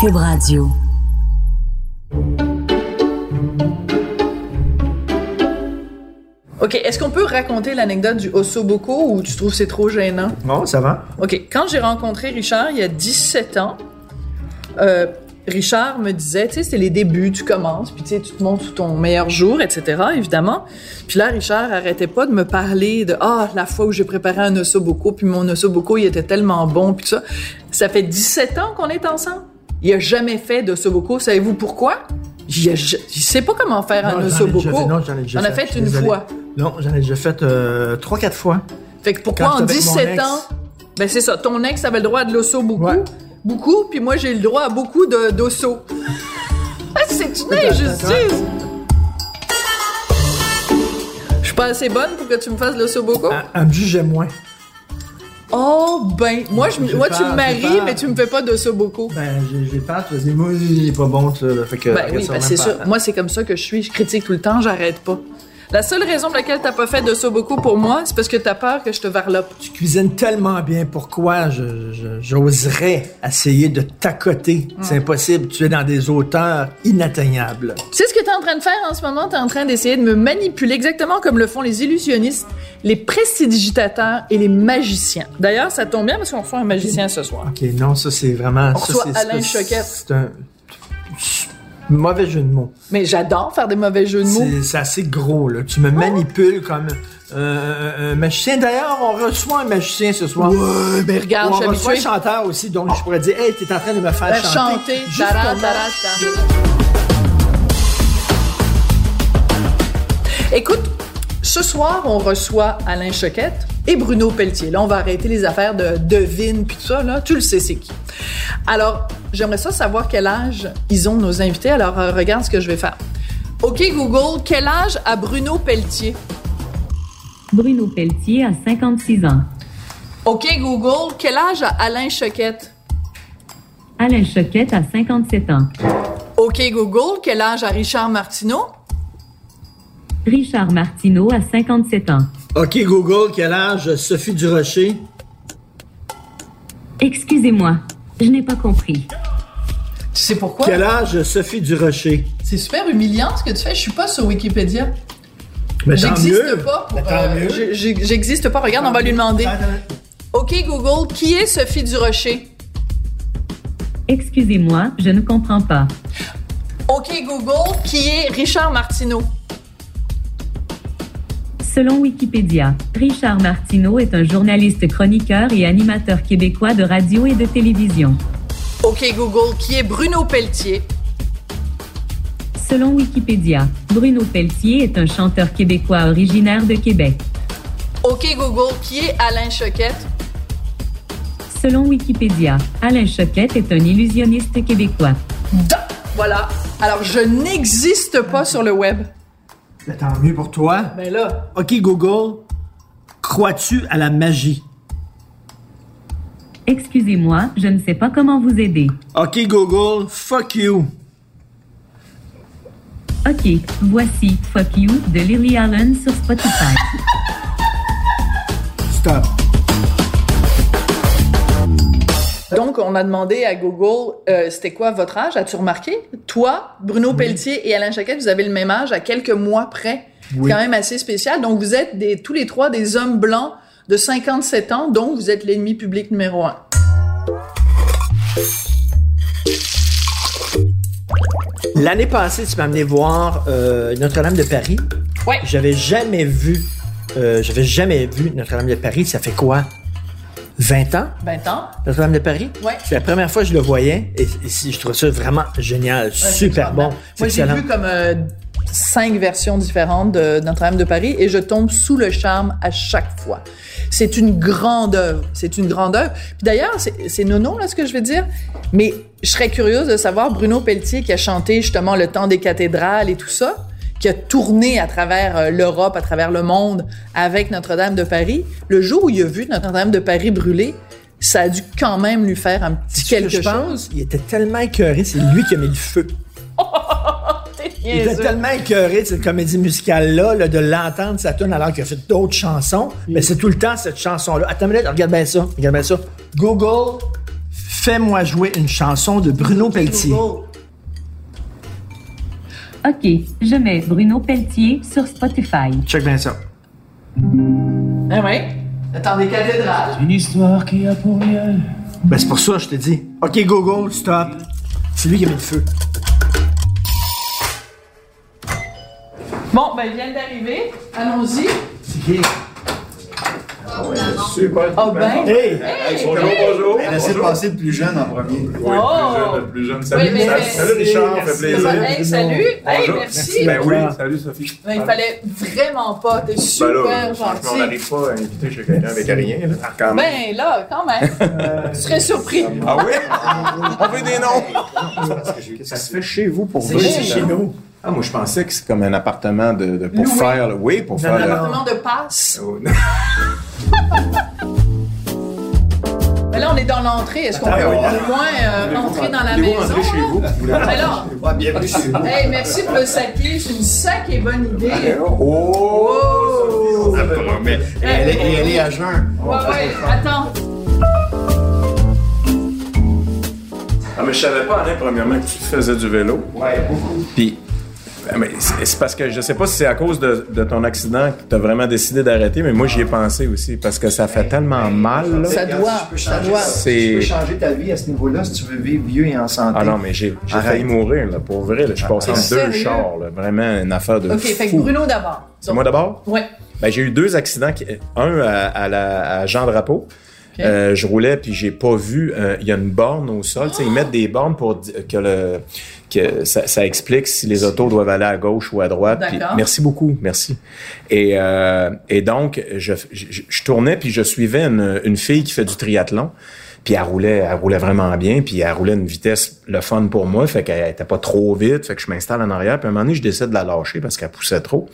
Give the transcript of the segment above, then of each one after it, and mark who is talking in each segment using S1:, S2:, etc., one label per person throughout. S1: Cube Radio.
S2: OK, est-ce qu'on peut raconter l'anecdote du Osoboko ou tu trouves c'est trop gênant?
S3: Bon, ça va?
S2: OK, quand j'ai rencontré Richard il y a 17 ans, euh, Richard me disait, tu sais, c'est les débuts, tu commences, puis tu sais, tu te montres sous ton meilleur jour, etc., évidemment. Puis là, Richard arrêtait pas de me parler de, ah, la fois où j'ai préparé un Osoboko, puis mon Osoboko, il était tellement bon, puis tout ça. Ça fait 17 ans qu'on est ensemble. Il a jamais fait d'Osoboko. Savez-vous pourquoi? Il, a ja- il sait pas comment faire
S3: Non,
S2: un
S3: j'en ai
S2: Osoboko.
S3: déjà fait- non, j'en ai déjà
S2: Ah, On a
S3: fait,
S2: fait
S3: je suis
S2: une
S3: désolé.
S2: fois.
S3: Non, j'en ai déjà fait euh, trois, quatre fois.
S2: Fait que pourquoi
S3: Quand
S2: en
S3: j'étais avec mon
S2: 17
S3: ex.
S2: ans? Ben c'est ça, ton ex avait le droit à de l'osso beaucoup,
S3: Ouais.
S2: beaucoup, puis moi j'ai le droit à beaucoup de d'osso. Ah, c'est une injustice! Je suis pas assez bonne pour que tu me fasses l'osso beaucoup?
S3: À, à me juger moins.
S2: Oh ben, moi, je, me-
S3: J'ai
S2: moi
S3: peur,
S2: tu me
S3: j'ai
S2: maries,
S3: peur.
S2: mais tu me fais pas d'osso beaucoup.
S3: Ben, j'ai j'ai peur, tu vas dire, moi, il est pas bon, tu sais, fait que.
S2: Ben
S3: regarde
S2: oui,
S3: ça,
S2: ben
S3: même
S2: c'est
S3: pas.
S2: sûr. Moi, c'est comme ça que je suis. Je critique tout le temps, j'arrête pas. La seule raison pour laquelle t'as pas fait de beaucoup pour moi, c'est parce que t'as peur que je te varlope.
S3: Tu cuisines tellement bien, pourquoi je- je- j'oserais essayer de t'accoter?
S2: Hmm.
S3: C'est impossible, tu es dans des hauteurs inatteignables.
S2: C'est ce que tu es en train de faire en ce moment. Tu es en train d'essayer de me manipuler exactement comme le font les illusionnistes, les prestidigitateurs et les magiciens. D'ailleurs, ça tombe bien parce qu'on reçoit un magicien ce soir.
S3: Ok, non, ça c'est vraiment.
S2: On
S3: ça,
S2: reçoit
S3: c'est-
S2: Alain
S3: c'est-
S2: Choquette.
S3: C'est un c'est un mauvais jeu de mots.
S2: Mais j'adore faire des mauvais jeux de mots.
S3: C'est c'est assez gros, là. Tu me manipules comme euh, un magicien. D'ailleurs, on reçoit un magicien ce soir. Ouais,
S2: ben regarde,
S3: on
S2: je suis
S3: reçoit un
S2: habituée.
S3: chanteur aussi, donc je pourrais dire, hey, t'es en train de me faire
S2: Faire chanter.
S3: chanter.
S2: Tara,
S3: Justement.
S2: tara, tara. Écoute, ce soir, on reçoit Alain Choquette et Bruno Pelletier. Là, on va arrêter les affaires de devine puis tout ça. Là. Tu le sais, c'est qui. Alors, j'aimerais ça savoir quel âge ils ont, nos invités. Alors, euh, regarde ce que je vais faire. OK, Google, quel âge a Bruno Pelletier?
S4: Bruno Pelletier a 56 ans.
S2: OK, Google, quel âge a Alain Choquette?
S4: Alain Choquette a 57 ans.
S2: OK, Google, quel âge a Richard Martineau?
S4: Richard Martineau a 57 ans.
S3: Ok, Google, quel âge Sophie Durocher?
S4: Excusez-moi, je n'ai pas compris.
S2: Tu sais pourquoi?
S3: Quel âge Sophie Durocher?
S2: C'est super humiliant ce que tu fais. Je suis pas sur Wikipédia.
S3: Mais Ben, tant
S2: J'existe
S3: mieux.
S2: pas. pour,
S3: Mais tant
S2: euh,
S3: mieux. Ben,
S2: j'ai- j'ai- J'existe pas. Regarde, on va lui demander.
S3: Attends,
S2: OK, Google, qui est Sophie Durocher?
S4: Excusez-moi, je ne comprends pas.
S2: OK, Google, qui est Richard Martineau?
S4: Selon Wikipédia, Richard Martineau est un journaliste chroniqueur et animateur québécois de radio et de télévision.
S2: OK, Google, qui est Bruno Pelletier?
S4: Selon Wikipédia, Bruno Pelletier est un chanteur québécois originaire de Québec.
S2: OK, Google, qui est Alain Choquette?
S4: Selon Wikipédia, Alain Choquette est un illusionniste québécois.
S2: Da! Voilà. Alors, je n'existe pas sur le web.
S3: Mais Ben, tant mieux pour toi.
S2: Ben là,
S3: Ok, Google, crois-tu à la magie?
S4: Excusez-moi, je ne sais pas comment vous aider.
S3: Ok, Google, fuck you.
S4: Ok, voici Fuck You de Lily Allen sur Spotify.
S3: Stop.
S2: donc, on a demandé à Google, euh, c'était quoi votre âge? As-tu remarqué? Toi, Bruno Pelletier et Alain Choquette, vous avez le même âge à quelques mois près.
S3: Oui.
S2: C'est quand même assez spécial. Donc, vous êtes des, tous les trois des hommes blancs de 57 ans, donc vous êtes l'ennemi public numéro un.
S3: L'année passée, tu m'as amené voir euh, Notre-Dame de Paris.
S2: Ouais.
S3: J'avais jamais vu, euh, j'avais jamais vu Notre-Dame de Paris. Ça fait quoi? 20 ans,
S2: 20 ans.
S3: Notre-Dame de Paris?
S2: Ouais.
S3: C'est la première fois que je le voyais et, et si- je trouvais ça vraiment génial,
S2: Ouais, c'est
S3: super bon.
S2: extraordinaire. Moi, j'ai vu comme euh, cinq versions différentes de Notre-Dame de Paris et je tombe sous le charme à chaque fois. C'est une grande œuvre. C'est une grande œuvre. Puis d'ailleurs, c'est c'est nono, là, ce que je veux dire. Mais je serais curieuse de savoir Bruno Pelletier qui a chanté justement Le temps des cathédrales et tout ça qui a tourné à travers euh, l'Europe, à travers le monde avec Notre-Dame de Paris, le jour où il a vu Notre-Dame de Paris brûler, ça a dû quand même lui faire un petit quelque
S3: je
S2: chose.
S3: pense, il était tellement écœuré, c'est lui qui a mis le feu. Il était tellement écœuré de cette comédie musicale-là, là, de l'entendre, ça tourne alors qu'il a fait d'autres
S2: Mm.
S3: chansons. Mais c'est tout le temps cette chanson-là. Attends une minute, regarde bien ça. Regarde bien ça. Google, Fais-moi jouer une chanson de Bruno Pelletier.
S4: OK, je mets Bruno Pelletier sur Spotify.
S3: Check bien ça.
S2: Ah ouais? Attends, des cathédrales.
S5: Une histoire qui a pour mieux.
S3: Ben, c'est pour ça, je te dis. OK, Google, stop. C'est lui qui a mis le feu.
S2: Bon, ben, il vient d'arriver. Allons-y.
S3: C'est qui?
S6: Super.
S2: Oh, ben.
S3: Hey!
S6: Hey, bonjour, bonjour.
S7: Elle essaie de
S6: bonjour.
S7: passer le plus jeune en premier.
S6: Ouais,
S2: Oh!
S6: le plus jeune, le plus jeune. Salut,
S2: mais-
S6: salut, salut Richard,
S3: merci.
S6: fait plaisir.
S3: Bonjour.
S2: Hey, salut. Hey,
S6: Bonjour.
S2: merci.
S6: Ben oui, salut Sophie.
S2: Ben, il fallait vraiment pas. T'es
S6: Ben
S2: super
S6: là, franchement, on
S2: gentil.
S6: n'arrive pas à inviter chez quelqu'un avec rien, là. Ah, quand même. Euh,
S2: Ben là, quand même. Tu serais surpris.
S6: Ah oui? On veut des noms.
S7: Ça se fait chez vous pour
S2: C'est
S7: vrai,
S2: chez
S7: ça?
S3: Chez nous.
S6: Ah, moi, je pensais que c'est comme un appartement de, de- pour
S2: Loué.
S6: faire, là. oui, pour
S3: non,
S6: faire.
S3: non.
S6: là.
S2: Appartement de passe.
S6: Oh, non.
S2: Ben là, on est dans l'entrée. Est-ce qu'on peut
S7: Attends, oui.
S2: au moins euh, entrer dans la
S6: Voulez-vous
S2: maison?
S6: rentrer chez vous?
S2: Ben là,
S7: Ouais, bienvenue chez vous.
S2: hey, merci pour le saké. C'est une sacrée bonne idée.
S6: Oh!
S7: Ah, bon, mais- Et elle est, et elle est à jeun.
S2: Ouais, ouais, attends.
S6: Ah, mais je savais pas, Alain, premièrement, que tu faisais du vélo.
S7: Ouais, beaucoup.
S6: Puis, ah, mais c'est c'est parce que je sais pas si c'est à cause de, de ton accident que tu as vraiment décidé d'arrêter, mais moi, j'y ai pensé aussi parce que ça fait tellement mal. là.
S2: Ça
S7: Regarde,
S2: doit,
S7: si je peux
S2: ça
S7: changer-
S2: doit.
S7: si je peux
S6: C'est-
S7: changer ta vie à ce niveau-là si tu veux vivre vieux et en santé.
S6: Ah non, mais j'ai j'ai
S7: Arrête.
S6: failli mourir, là, pour vrai. là. Je suis passé en
S2: T'es
S6: deux
S2: sérieux?
S6: chars, là. vraiment une affaire de.
S2: OK, fait que
S6: fou.
S2: Bruno d'abord.
S6: C'est moi d'abord?
S2: Ouais.
S6: Ben, j'ai eu deux accidents. qui- Un à, à la- à Jean Drapeau. Euh, je roulais puis j'ai pas vu. euh, Il y a une borne au sol. Tu sais, Ils mettent des bornes pour di- que le que ça, ça explique si les autos doivent aller à gauche ou à droite. puis
S2: D'accord.
S6: merci beaucoup, merci. Et, euh, et donc je, je, je tournais puis je suivais une, une fille qui fait du triathlon. Puis elle roulait, elle roulait vraiment bien, puis elle roulait à une vitesse le fun pour moi, fait qu'elle était pas trop vite, fait que je m'installe en arrière, puis à un moment donné, je décide de la lâcher parce qu'elle poussait trop.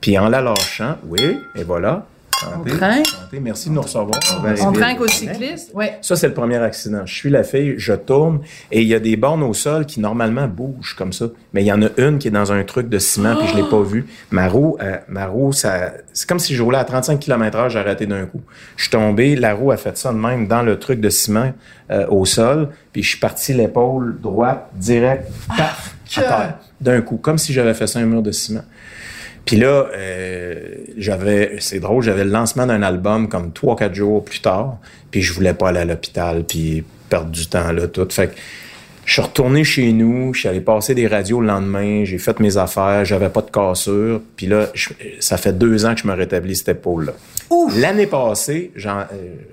S6: Puis en la lâchant, oui, et voilà.
S2: On
S6: Santé,
S2: trinque.
S6: santé, merci de nous recevoir.
S7: va
S2: On
S7: Vite.
S2: trinque au cycliste. Ouais.
S6: Ça, c'est le premier accident. Je suis la fille, je tourne et il y a des bornes au sol qui normalement bougent comme ça. Mais il y en a une qui est dans un truc de ciment puis je l'ai pas vue. Ma roue, euh, ma roue, ça, c'est comme si je roulais à 35 km h j'ai arrêté d'un coup. Je suis tombé, la roue a fait ça de même dans le truc de ciment euh, au sol puis je suis parti l'épaule droite, direct, paf, à terre, d'un coup. Comme si j'avais fait ça un mur de ciment. Puis là, euh, j'avais, c'est drôle, j'avais le lancement d'un album comme trois, quatre jours plus tard, puis je voulais pas aller à l'hôpital, puis perdre du temps, là, tout. Fait que je suis retourné chez nous, je suis allé passer des radios le lendemain, j'ai fait mes affaires, j'avais pas de cassure, puis là, je- ça fait deux ans que je me rétablis cette épaule-là. L'année passée, j'en- euh,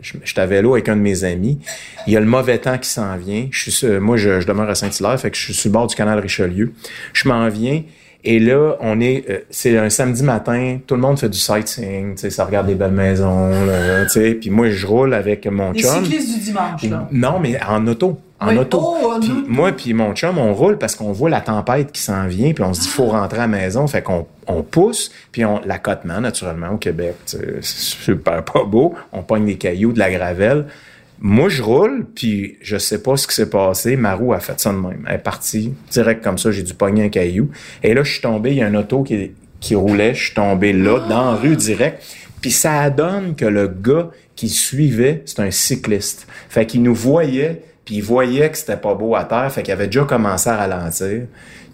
S6: je- j'étais à vélo avec un de mes amis. Il y a le mauvais temps qui s'en vient. Je suis, sur- moi, je, je demeure à Saint-Hilaire, fait que je suis sur le bord du canal Richelieu. Je m'en viens. Et là, on est, euh, c'est un samedi matin, tout le monde fait du sightseeing, tu sais, ça regarde les belles maisons, là, tu sais. Puis moi, je roule avec mon
S2: Les
S6: chum.
S2: cyclistes du dimanche, là.
S6: Non, mais en auto. En
S2: Oui.
S6: auto.
S2: Oh, en
S6: Puis
S2: auto.
S6: moi puis mon chum, on roule parce qu'on voit la tempête qui s'en vient, puis on se dit faut rentrer à la maison, fait qu'on on pousse, puis on l'accotement naturellement au Québec, tu sais, c'est super pas beau, on pogne des cailloux, de la gravelle. Moi je roule, puis je sais pas ce qui s'est passé, ma roue a fait ça de même, elle est partie direct comme ça, j'ai dû pogner un caillou, et là je suis tombé, il y a un auto qui qui roulait, je suis tombé là dans la rue direct. Puis ça donne que le gars qui suivait, c'est un cycliste. Fait qu'il nous voyait, puis il voyait que c'était pas beau à terre, fait qu'il avait déjà commencé à ralentir.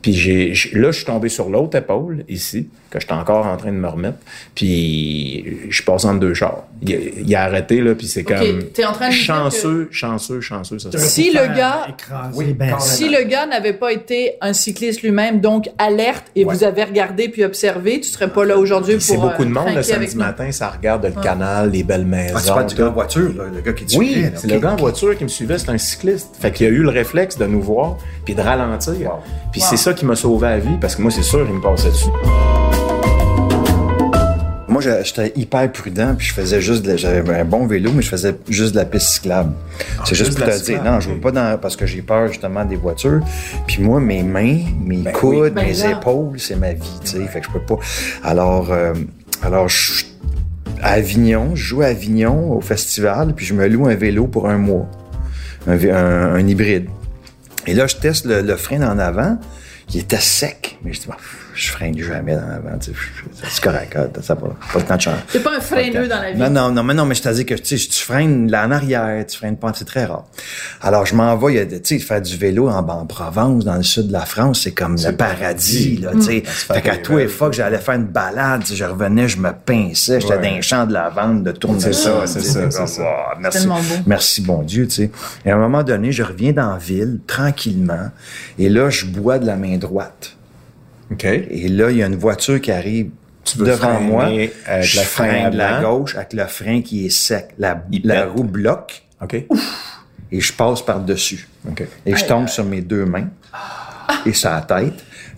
S6: Puis j'ai, j- là, je suis tombé sur l'autre épaule, ici, que j'étais encore en train de me remettre. Puis je passe entre deux chars. Il, a- il a arrêté, là, puis c'est
S2: OK,
S6: comme...
S2: t'es en train de me dire
S6: chanceux, chanceux, chanceux, ça. c'est-
S2: Si le gars- Ah.
S3: Écraser,
S7: Oui,
S3: ben,
S7: quand même.
S2: Si le gars n'avait pas été un cycliste lui-même, donc alerte, et
S6: Ouais.
S2: vous avez regardé puis observé, tu serais pas là aujourd'hui pour.
S6: C'est beaucoup
S2: euh,
S6: de monde
S2: trinquer
S6: le
S2: avec
S6: samedi
S2: nous.
S6: matin, ça regarde le canal, les belles maisons.
S7: Ah, tu parles du
S6: tout.
S7: gars en voiture, là, le gars qui te
S6: Oui,
S7: suivait, là,
S6: c'est
S7: ok.
S6: le gars en voiture qui me suivait, c'est un cycliste. Fait qu'il a eu le réflexe de nous voir puis de ralentir. Puis c'est ça qui m'a sauvé la vie parce que moi, c'est sûr, il me passait dessus.
S7: Moi, je- j'étais hyper prudent, puis je faisais juste, de la- j'avais un bon vélo, mais je faisais juste de la piste cyclable. c'est Ah, juste
S6: juste
S7: pour
S6: de
S7: te
S6: la
S7: dire,
S6: cyclable,
S7: non, je veux
S6: ok.
S7: pas dans, parce que j'ai peur justement des voitures. Puis moi, mes mains, mes coudes,
S2: Ben
S7: mes
S2: là.
S7: épaules, c'est ma vie, tu sais. Fait que je peux pas. Alors, euh, alors, je suis à Avignon, je joue à Avignon au festival, puis je me loue un vélo pour un mois, un, vé- un- un hybride. Et là, je teste le, le frein en avant, qui était sec, Mais je dis, bon, pff, je freine jamais dans l'avant. tu sais, pff, C'est correct, ah, ça va. Pas le temps de changer.
S2: T'es pas un freineux dans la vie.
S7: Non, non, non, mais non, mais je t'ai dit que tu sais, tu freines là en arrière, tu freines pas, c'est très rare. Alors, je m'en vais, tu sais, faire du vélo en, en Provence, dans le sud de la France, c'est comme le paradis,
S2: Mm.
S7: là, tu sais. Fait qu'à
S6: des
S7: tous les
S6: rêves.
S7: fois que j'allais faire une balade, tu sais, je revenais, je me pinçais, j'étais
S6: Ouais.
S7: dans les champs de lavande, de tourner
S6: C'est ça, c'est ça, c'est ça.
S7: merci,
S2: Tellement beau.
S7: merci, bon Dieu, tu sais. Et à un moment donné, je reviens dans la ville, tranquillement, et là, je bois de la main droite.
S6: OK.
S7: Et là, il y a une voiture qui arrive
S6: Tu veux
S7: devant
S6: freiner
S7: moi.
S6: avec le
S7: je
S6: frein
S7: freine de la
S6: avant.
S7: gauche avec le frein qui est sec. La,
S6: Il
S7: la
S6: pète.
S7: roue bloque
S6: OK.
S7: et je passe par-dessus.
S6: OK.
S7: Et je tombe sur mes deux mains et sur la tête.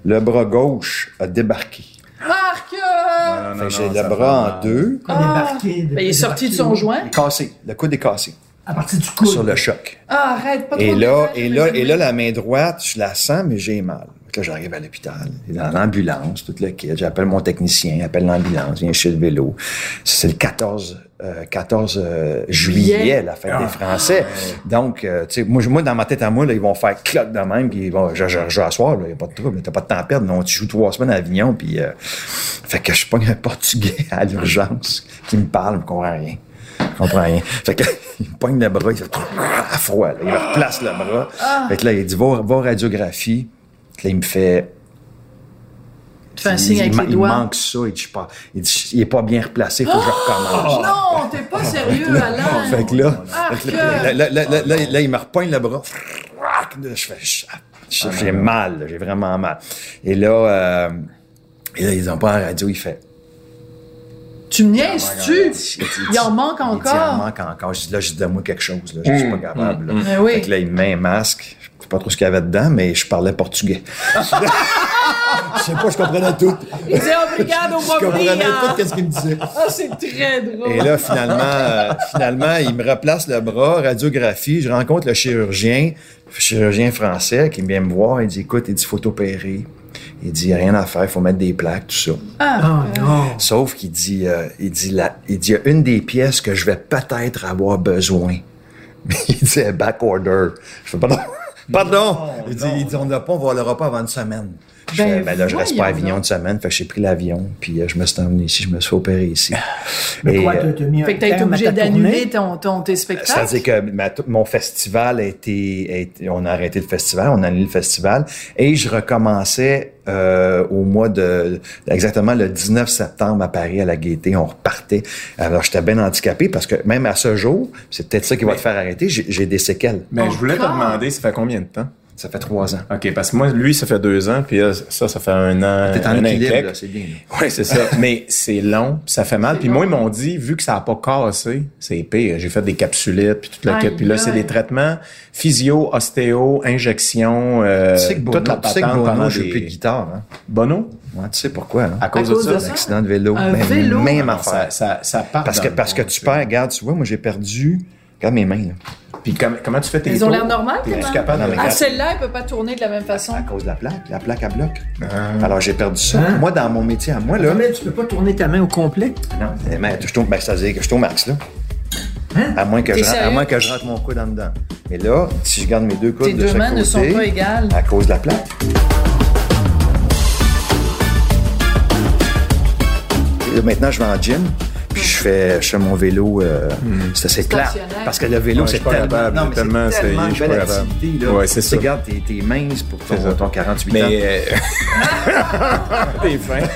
S7: Le bras gauche a débarqué.
S2: Marc! euh,
S6: Ah, Non, non,
S7: Fait que
S6: non,
S7: J'ai
S6: ça
S7: le
S6: fait
S7: bras
S6: mal.
S7: en deux.
S3: Qu'on est marqué de-
S2: ben, il est sorti de son
S3: débarqué
S2: joint.
S7: Cassé. Le coude est cassé
S3: À partir du coude.
S7: sur le choc.
S2: Ah, arrête, pas trop
S7: Et
S2: de
S7: là,
S2: détails,
S7: et là,
S2: mais-
S7: et là, la main droite, je la sens, mais j'ai mal. Fait que Là, j'arrive à l'hôpital, et dans l'ambulance, tout le kit. J'appelle mon technicien, appelle l'ambulance, viens chez le vélo. C'est le 14, euh, 14 euh, juillet,
S2: Juillet.
S7: la fête des Français. Donc, euh, tu sais, moi, je- moi, dans ma tête à moi, là, ils vont faire cloc de même, puis ils vont, je, je, je vais asseoir, il n'y a pas de trouble, t'as pas de temps à perdre. Non, tu joues trois semaines à Avignon, puis... euh, fait que je suis pas un Portugais à l'urgence qui me parle, je comprends rien. Je comprends rien. Fait que, il me pogne le bras, il fait à froid, là. Il me replace le bras.
S2: Ah!
S7: Fait que là, il dit, va, va aux radiographies. Fait que là, il me fait.
S2: Tu fais un
S7: il-
S2: signe
S7: il,
S2: avec
S7: ma-
S2: les
S7: il
S2: doigts.
S7: manque ça. Il dit, je suis pas- il dit, il est pas bien replacé, faut que je recommence.
S2: Non, t'es pas sérieux, Alain.
S7: Fait que là,
S2: Arc!
S7: fait que là, là, là, là, là, là, il me repoigne le bras. Là, Je fais, je- je-
S2: Ah,
S7: j'ai mal, là, j'ai vraiment mal. Et là, euh, et là, ils ont pas en radio, il fait.
S2: Tu me
S7: Oh
S2: niaises-tu? Il en manque
S7: Il dit, il en
S2: encore.
S7: manque encore. Je dis, là, j'ai de moi quelque chose. Là. Je suis pas capable. là.
S2: Mm. Mais oui.
S7: Fait que là, il me met un masque. Je sais pas trop ce qu'il y avait dedans, mais je parlais portugais. je sais pas, je comprenais tout.
S2: Il oh, dit obrigado,
S7: Je comprenais
S2: Bob-Ria.
S7: tout ce qu'il me disait.
S2: Ah, c'est très
S7: Et
S2: drôle.
S7: là, finalement, euh, finalement, il me replace le bras, radiographie. Je rencontre le chirurgien, le chirurgien français, qui vient me voir. Il dit, écoute, il dit, faut t'opérer. Il dit, rien à faire, faut mettre des plaques, tout ça.
S2: Ah.
S3: Oh non.
S7: Sauf qu'il dit, euh, il dit, la, il dit, il y a une des pièces que je vais peut-être avoir besoin. Mais il dit, elle est back order. Je fais, pardon. Pardon. il, dit, il dit, on ne l'a pas, on ne l'aura pas avant une semaine. Je
S2: Ben,
S7: fais, ben là, je reste pas à
S2: voyons
S7: Avignon
S2: donc.
S7: une semaine. Fait que j'ai pris l'avion, puis euh, je me suis emmené ici, je me suis opéré ici. Et,
S3: Toi, t'as
S7: euh,
S3: t'as mis un
S2: Fait que t'as été
S3: terme à
S2: obligé
S3: ta tournée.
S2: d'annuler ton, ton, tes spectacles.
S7: C'est-à-dire que ma- tout mon festival a été, a été- On a arrêté le festival, on a annulé le festival. Et je recommençais euh, au mois de... Exactement le 19 septembre à Paris, à la Gaîté. On repartait. Alors, j'étais bien handicapé parce que même à ce jour, c'est peut-être ça qui va te faire arrêter, j'ai j'ai des séquelles.
S6: Mais je voulais te
S2: Encore?
S6: demander, ça fait combien de temps?
S7: Ça fait trois ans.
S6: OK, parce que moi, lui, ça fait deux ans, puis euh, ça, ça fait un an.
S7: T'es en
S6: un an et
S7: équilibre,
S6: quelques.
S7: là, c'est bien. là.
S6: Oui, c'est ça. Mais c'est long, puis ça fait mal. Puis moi, ils m'ont dit, vu que ça n'a pas cassé, c'est pire. J'ai fait des capsulettes, puis toute la
S2: Aïe,
S6: quête. Puis là, c'est
S2: aïe.
S6: des traitements physio, ostéo, injection, euh,
S7: Tu sais que Bono,
S6: toute la
S7: tu
S6: patente
S7: sais que Bono
S6: pendant
S7: joue
S6: des-
S7: plus de guitare. Hein?
S6: Bono?
S7: Ouais, tu sais pourquoi. Hein?
S6: À cause,
S2: cause
S6: de
S2: de
S6: ça?
S2: ça?
S7: Accident de vélo.
S2: Un
S7: même,
S2: vélo.
S7: même
S6: Non,
S7: affaire.
S6: ça, ça, ça part
S7: Parce que,
S6: dans le
S7: parce que
S6: bon,
S7: tu
S6: sais.
S7: perds, regarde, tu vois, moi j'ai perdu, regarde mes mains là,
S6: Puis comme- comment tu fais tes
S2: Ils ont
S6: tours?
S2: l'air normales, tes
S6: T'es-tu
S2: mains?
S6: capable de
S7: Non, mais
S2: Ah,
S6: regarder?
S2: celle-là, elle peut pas tourner de la même
S7: à
S2: façon.
S7: cause de la plaque, la plaque à bloc.
S6: Ah.
S7: Alors j'ai perdu ça.
S6: Hein?
S7: Moi, dans mon métier à moi, là,
S3: Mais tu peux pas tourner ta main au complet.
S7: non, mais je tombe, ben, c'est-à-dire que je tombe max, là.
S6: Hein?
S7: À, moins que
S2: T'es
S7: je, rentre- à
S2: sérieux?
S7: moins que je rentre mon coude en dedans. Mais là, si je garde mes deux coudes
S2: Tes
S7: de
S2: deux
S7: chaque
S2: mains ne sont
S7: côté,
S2: pas égales.
S7: À cause de la plaque. Et là, Maintenant, je vais en gym, puis je fais, je fais mon vélo. euh, C'est assez plat.
S2: Stationnaire.
S7: Parce que le vélo,
S6: Hmm. Ouais, je
S7: c'est
S6: suis pas
S7: tellement,
S6: capable,
S7: non, mais c'est
S6: tellement essayé,
S7: tellement
S6: je suis
S7: une belle
S6: pas capable.
S7: activité. Là.
S6: Ouais, c'est
S7: Tu
S6: ça.
S7: Regarde, t'es- t'es mince pour
S6: C'est ça.
S7: ton, ton 48 ans.
S6: Mais. euh, T'es fin.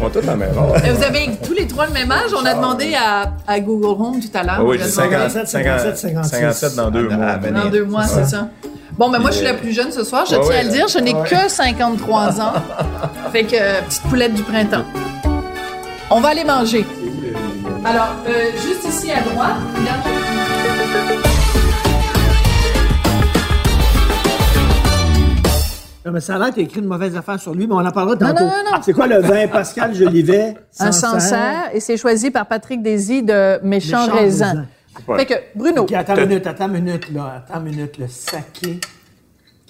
S6: On est tous en même âge.
S2: Et Eh, Vous avez tous les trois le même âge. On a demandé à, à Google Home tout à l'heure.
S6: Ah oui,
S2: On a
S6: j'ai
S2: demandé-
S6: 57, 57,
S3: 56.
S6: 57 dans deux
S7: Ah,
S6: mois.
S7: ben,
S2: Dans deux mois, c'est ça. Bon, ben moi, je suis la plus jeune ce soir. Je
S6: Ouais,
S2: tiens à
S6: ouais.
S2: le dire, je n'ai que 53 ans. Fait que, euh, petite poulette du printemps. On va aller manger. Alors, euh, juste ici à droite, regarde,
S3: Non, mais ça a l'air que t'as écrit une mauvaise affaire sur lui, mais on en parlera tantôt. Ah,
S2: non, non, non.
S3: C'est quoi le vin Pascal Jolivet?
S2: un Sancerre, et c'est choisi par Patrick Désy de Méchant,
S3: Méchant
S2: Raisin.
S3: Raisin.
S2: Fait que, Bruno,
S3: Ok, attends une minute, attends une minute, là. Attends une minute, le saké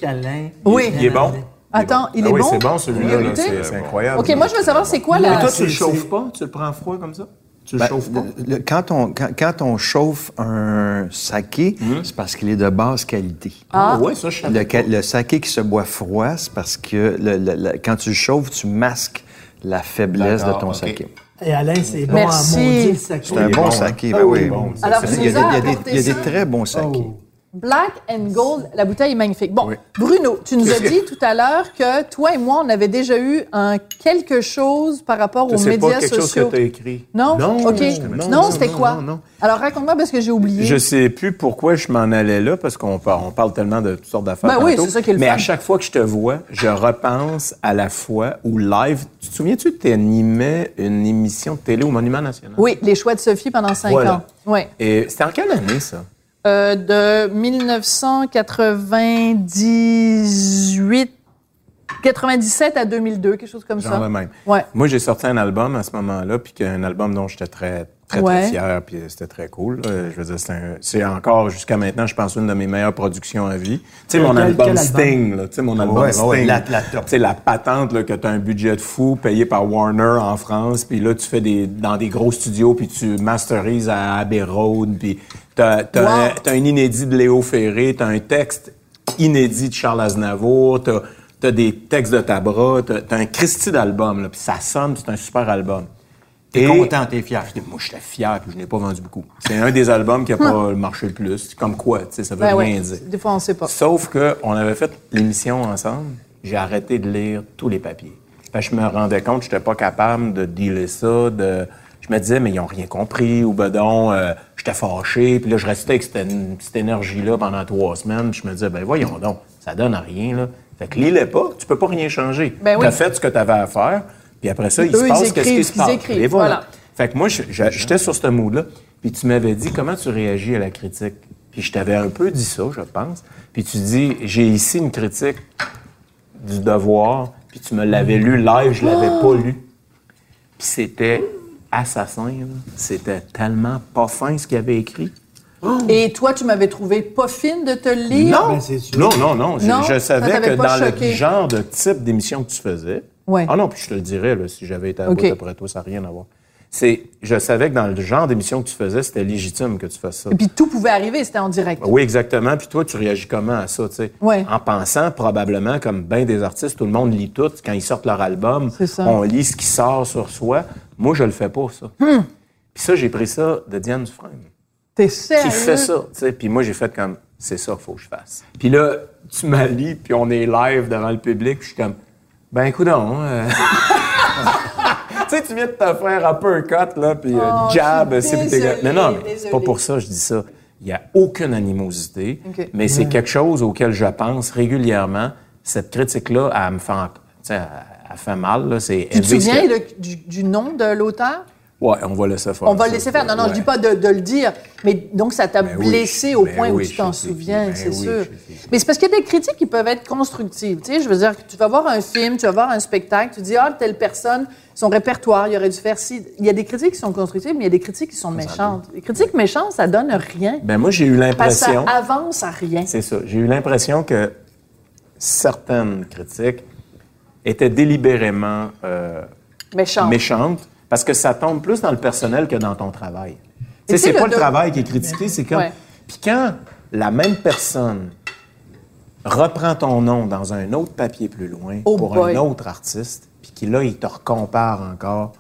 S3: câlin.
S2: Oui.
S6: Il est bon?
S2: attends, il est
S6: Ah oui,
S2: bon?
S6: c'est bon
S2: Il
S6: celui-là.
S2: est
S6: là,
S2: goûté?
S6: C'est c'est incroyable.
S2: OK, moi, je veux savoir, c'est quoi
S3: Mais
S2: la...
S3: toi, tu le chauffes
S6: pas? Tu le prends froid comme ça?
S8: Tu le
S7: Ben,
S8: chauffes pas.
S7: le- quand, on, quand, quand on chauffe un saké, c'est parce qu'il est de basse qualité.
S8: Ah, ouais, ça, je
S7: Le,
S8: savais.
S7: ca- le saké qui se boit froid, c'est parce que le- le- le- quand tu le chauffes, tu masques la faiblesse de
S8: D'accord,
S7: ton
S8: ok.
S7: saké.
S3: Et Alain, c'est bon
S2: Merci.
S3: à maudit, le saké.
S7: C'est un
S6: est
S7: bon,
S6: bon,
S7: saké,
S6: hein?
S7: ben
S6: Ah
S7: oui. Oh.
S6: oui, bon.
S2: Alors,
S7: Il y a,
S2: Souza
S7: des- il y a
S2: a
S7: des,
S2: apporté
S7: il y a des
S2: ça.
S7: très bons sakés.
S2: Black and Gold, la bouteille est magnifique. Bon,
S7: Oui.
S2: Bruno, tu nous as dit tout à l'heure que toi et moi, on avait déjà eu un quelque chose par rapport aux
S8: C'est pas
S2: médias
S8: quelque chose que
S2: sociaux.
S8: tu as écrit.
S2: non?
S6: Non,
S2: OK.
S6: justement,
S2: Non,
S6: non,
S2: c'était
S6: non,
S2: quoi?
S6: non, non.
S2: Alors, raconte-moi parce que j'ai oublié.
S6: Je sais plus pourquoi je m'en allais là, parce qu'on par- on parle tellement de toutes sortes d'affaires.
S2: Ben oui,
S6: tantôt.
S2: c'est ça qui est le
S6: Mais
S2: fun.
S6: à chaque fois que je te vois, je repense à la fois où live. Tu te souviens-tu que tu animais une émission de télé au Monument National?
S2: Oui, les choix de Sophie pendant cinq
S6: Voilà.
S2: ans. Oui.
S6: Et c'était en quelle année, ça?
S2: Euh, de 1998, 97 à 2002, quelque chose comme
S6: Genre
S2: ça.
S6: le même.
S2: Ouais.
S6: Moi, j'ai sorti un album à ce moment-là, puis que- un album dont j'étais très, très,
S2: Ouais.
S6: très fier, puis c'était très cool. là. Je veux dire, c'est un- c'est encore, jusqu'à maintenant, je pense, une de mes meilleures productions à vie. Tu sais, mon
S3: Quel-
S6: album
S3: quel album?
S6: Sting, là, tu sais, mon album
S7: ouais,
S6: Sting.
S7: ouais, la- la top.
S6: Tu sais, la patente, là, que tu as un budget de fou payé par Warner en France, puis là, tu fais des dans des gros studios, puis tu masterises à Abbey Road, puis t'as t'as
S2: Wow.
S6: un- t'as un inédit de Léo Ferré, t'as un texte inédit de Charles Aznavour, t'as as des textes de Tabra, t'as t'as un Christie d'album, là, puis ça sonne, puis c'est un super album. T'es
S8: content, t'es fier.
S6: Moi, j'étais fier, puis je n'ai pas vendu beaucoup. C'est un des albums qui a pas marché le plus. Comme quoi, tu sais, ça veut
S2: Ben
S6: rien
S2: ouais.
S6: dire.
S2: Des fois, on sait pas.
S6: Sauf que on avait fait l'émission ensemble, j'ai arrêté de lire tous les papiers. Fait que je me rendais compte que j'étais pas capable de dealer ça, de je me disais mais ils ont rien compris ou ben donc euh, j'étais fâché, puis là je restais avec cette, cette énergie là pendant trois semaines, je me disais ben voyons donc, ça donne à rien là. Fait que lis-les pas, tu peux pas rien changer.
S2: Ben oui.
S6: T'as fait ce que tu avais à faire, puis après ça, il
S2: Eux,
S6: se
S2: ils
S6: passe qu'est-ce
S2: écrivent
S6: qui
S2: ce
S6: se
S2: qu'ils
S6: passe.
S2: écrivent,
S6: Et voilà.
S2: voilà.
S6: Fait que moi, je- je- j'étais sur ce mood-là, puis tu m'avais dit comment tu réagis à la critique. Puis je t'avais un peu dit ça, je pense. Puis tu dis, j'ai ici une critique du devoir, puis tu me l'avais lu live, je l'avais pas lu. Puis c'était assassin, là. c'était tellement pas fin ce qu'il avait écrit.
S2: Et toi, tu m'avais trouvé pas fine de te le lire?
S6: Non,
S3: c'est sûr.
S6: non, non, non. Je,
S2: Non,
S6: je
S2: ça
S6: savais
S2: t'avait
S6: que
S2: pas
S6: dans
S2: choqué.
S6: le genre de type d'émission que tu faisais.
S2: Ouais.
S6: Ah non, puis je te le dirais, là, si j'avais été à
S2: OK.
S6: bout après toi, ça n'a rien à voir. C'est, je savais que dans le genre d'émission que tu faisais, c'était légitime que tu fasses ça.
S2: Et puis tout pouvait arriver, c'était en direct.
S6: Oui, exactement. Puis toi, tu réagis comment à ça, tu sais?
S2: Ouais.
S6: En pensant probablement, comme bien des artistes, tout le monde lit tout. Quand ils sortent leur album,
S2: C'est ça.
S6: on lit ce qui sort sur soi. Moi, je le fais pas, ça.
S2: Hmm.
S6: Puis ça, j'ai pris ça de Diane Dufresne
S2: T'es sérieux?
S6: qui fait ça, tu sais. Puis moi, j'ai fait comme, c'est ça qu'il faut que je fasse. Puis là, tu m'as lis, puis on est live devant le public, puis je suis comme, ben, écoute tu sais, tu viens de te faire un peu cut, là, puis euh,
S2: Oh,
S6: jab,
S2: je suis
S6: c'est puis t'es
S2: désolée,
S6: gars- Mais non, mais c'est pas
S2: désolée.
S6: pour ça que je dis ça. Il n'y a aucune animosité,
S2: OK.
S6: mais c'est quelque chose auquel je pense régulièrement. Cette critique-là, elle me fait, en- tu sais, elle, elle fait mal, là. C'est
S2: Tu te souviens le- du, du nom de l'auteur?
S6: Ouais, on va laisser faire.
S2: On va
S6: ça.
S2: le laisser faire. Non, non, je
S6: Ouais.
S2: dis pas de, de le dire. Mais donc, ça t'a
S6: Ben oui,
S2: blessé
S6: je-
S2: au
S6: ben
S2: point où
S6: oui,
S2: tu t'en
S6: je sais,
S2: souviens,
S6: ben
S2: c'est
S6: oui,
S2: sûr.
S6: je sais.
S2: Mais c'est parce qu'il y a des critiques qui peuvent être constructives. Tu sais, je veux dire, que tu vas voir un film, tu vas voir un spectacle, tu dis, ah, telle personne, son répertoire, il aurait dû faire ci. Il y a des critiques qui sont constructives, mais il y a des critiques qui sont méchantes. Les critiques méchantes, ça donne rien.
S6: Ben moi, j'ai eu
S2: Parce que ça
S6: l'impression.
S2: avance à rien.
S6: C'est ça. J'ai eu l'impression que certaines critiques étaient délibérément euh,
S2: Méchant.
S6: méchantes parce que ça tombe plus dans le personnel que dans ton travail. Tu sais,
S2: tu sais,
S6: c'est
S2: le
S6: pas le
S2: doc-
S6: travail qui est critiqué, c'est comme.
S2: Ouais.
S6: Puis quand la même personne reprend ton nom dans un autre papier plus loin
S2: Oh
S6: pour
S2: boy.
S6: un autre artiste, puis qu'il là, il te recompare encore.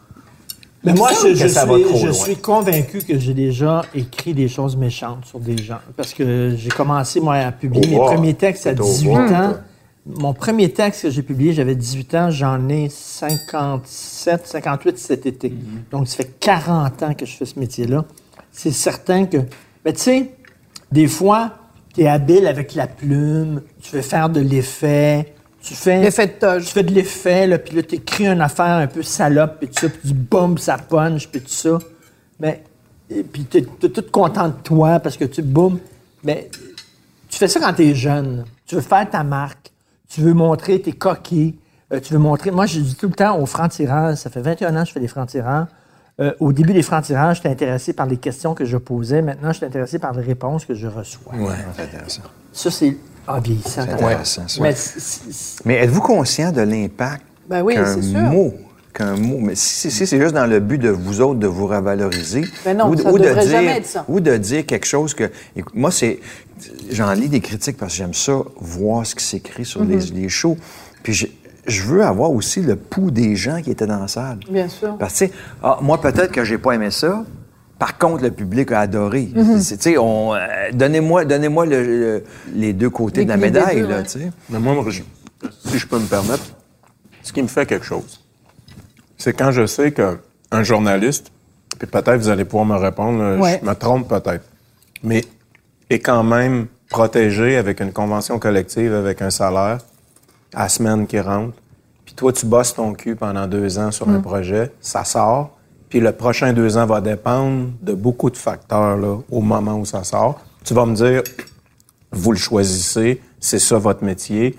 S3: Mais moi,
S6: semble
S3: je, je
S6: que ça va
S3: suis,
S6: trop
S3: je
S6: loin.
S3: suis convaincu que j'ai déjà écrit des choses méchantes sur des gens. Parce que j'ai commencé, moi, à publier
S6: Au
S3: mes
S6: revoir.
S3: premiers textes à
S6: Oh, Au
S3: 18
S6: revoir,
S3: ans.
S6: toi.
S3: Mon premier texte que j'ai publié, j'avais 18 ans, j'en ai 57, 58 cet été.
S6: Mhm.
S3: Donc, ça fait 40 ans que je fais ce métier-là. C'est certain que. Mais tu sais, des fois, tu es habile avec la plume, tu veux faire de l'effet, tu fais.
S2: L'effet de toge.
S3: Tu fais de l'effet, là, puis là, t'écris une affaire un peu salope, puis tout ça, puis tu boum, ça punch, puis tout ça. Mais, et puis t'es t'es tout content de toi parce que tu boum. Ben, Mais tu fais ça quand t'es jeune. Tu veux faire ta marque. Tu veux montrer tes coquilles. Euh, tu veux montrer. Moi, je dis tout le temps aux francs-tireurs, ça fait 21 ans que je fais des francs-tireurs. Euh, au début des francs-tirages, j'étais intéressé par les questions que je posais. Maintenant, je suis intéressé par les réponses que je reçois.
S7: C'est intéressant.
S3: Ça, c'est en vieillissant.
S7: C'est intéressant, ça.
S3: Mais c'est- c'est-
S7: Mais êtes-vous conscient de l'impact
S2: Ben oui,
S7: qu'un
S2: c'est sûr.
S7: mot qu'un mot. Mais si, si- si c'est juste dans le but de vous autres de vous revaloriser,
S2: Mais Ben non,
S7: ou,
S2: ça
S7: ou de
S2: devrait
S7: dire,
S2: jamais être ça.
S7: ou de dire quelque chose que. écoute, moi, c'est. J'en lis des critiques parce que j'aime ça, voir ce qui s'écrit sur les-
S2: Mhm.
S7: les, shows. Puis je, je veux avoir aussi le pouls des gens qui étaient dans la salle.
S2: Bien sûr.
S7: Parce que, tu sais, ah, moi, peut-être que j'ai pas aimé ça. Par contre, le public a adoré.
S2: Mhm.
S7: C'est- Tu sais, on, euh, donnez-moi, donnez-moi le- le- les deux côtés
S2: Les-
S7: de la
S2: les deux,
S7: médaille, là,
S2: ouais.
S7: tu sais.
S6: Mais moi, moi, je- si je peux me permettre, ce qui me fait quelque chose, c'est quand je sais qu'un journaliste, puis peut-être vous allez pouvoir me répondre, là,
S2: Ouais.
S6: je me trompe peut-être, mais est quand même protégé avec une convention collective, avec un salaire, à la semaine qui rentre, puis toi, tu bosses ton cul pendant deux ans sur un projet, ça sort, puis le prochain deux ans va dépendre de beaucoup de facteurs là, au moment où ça sort. Tu vas me dire, vous le choisissez, c'est ça votre métier.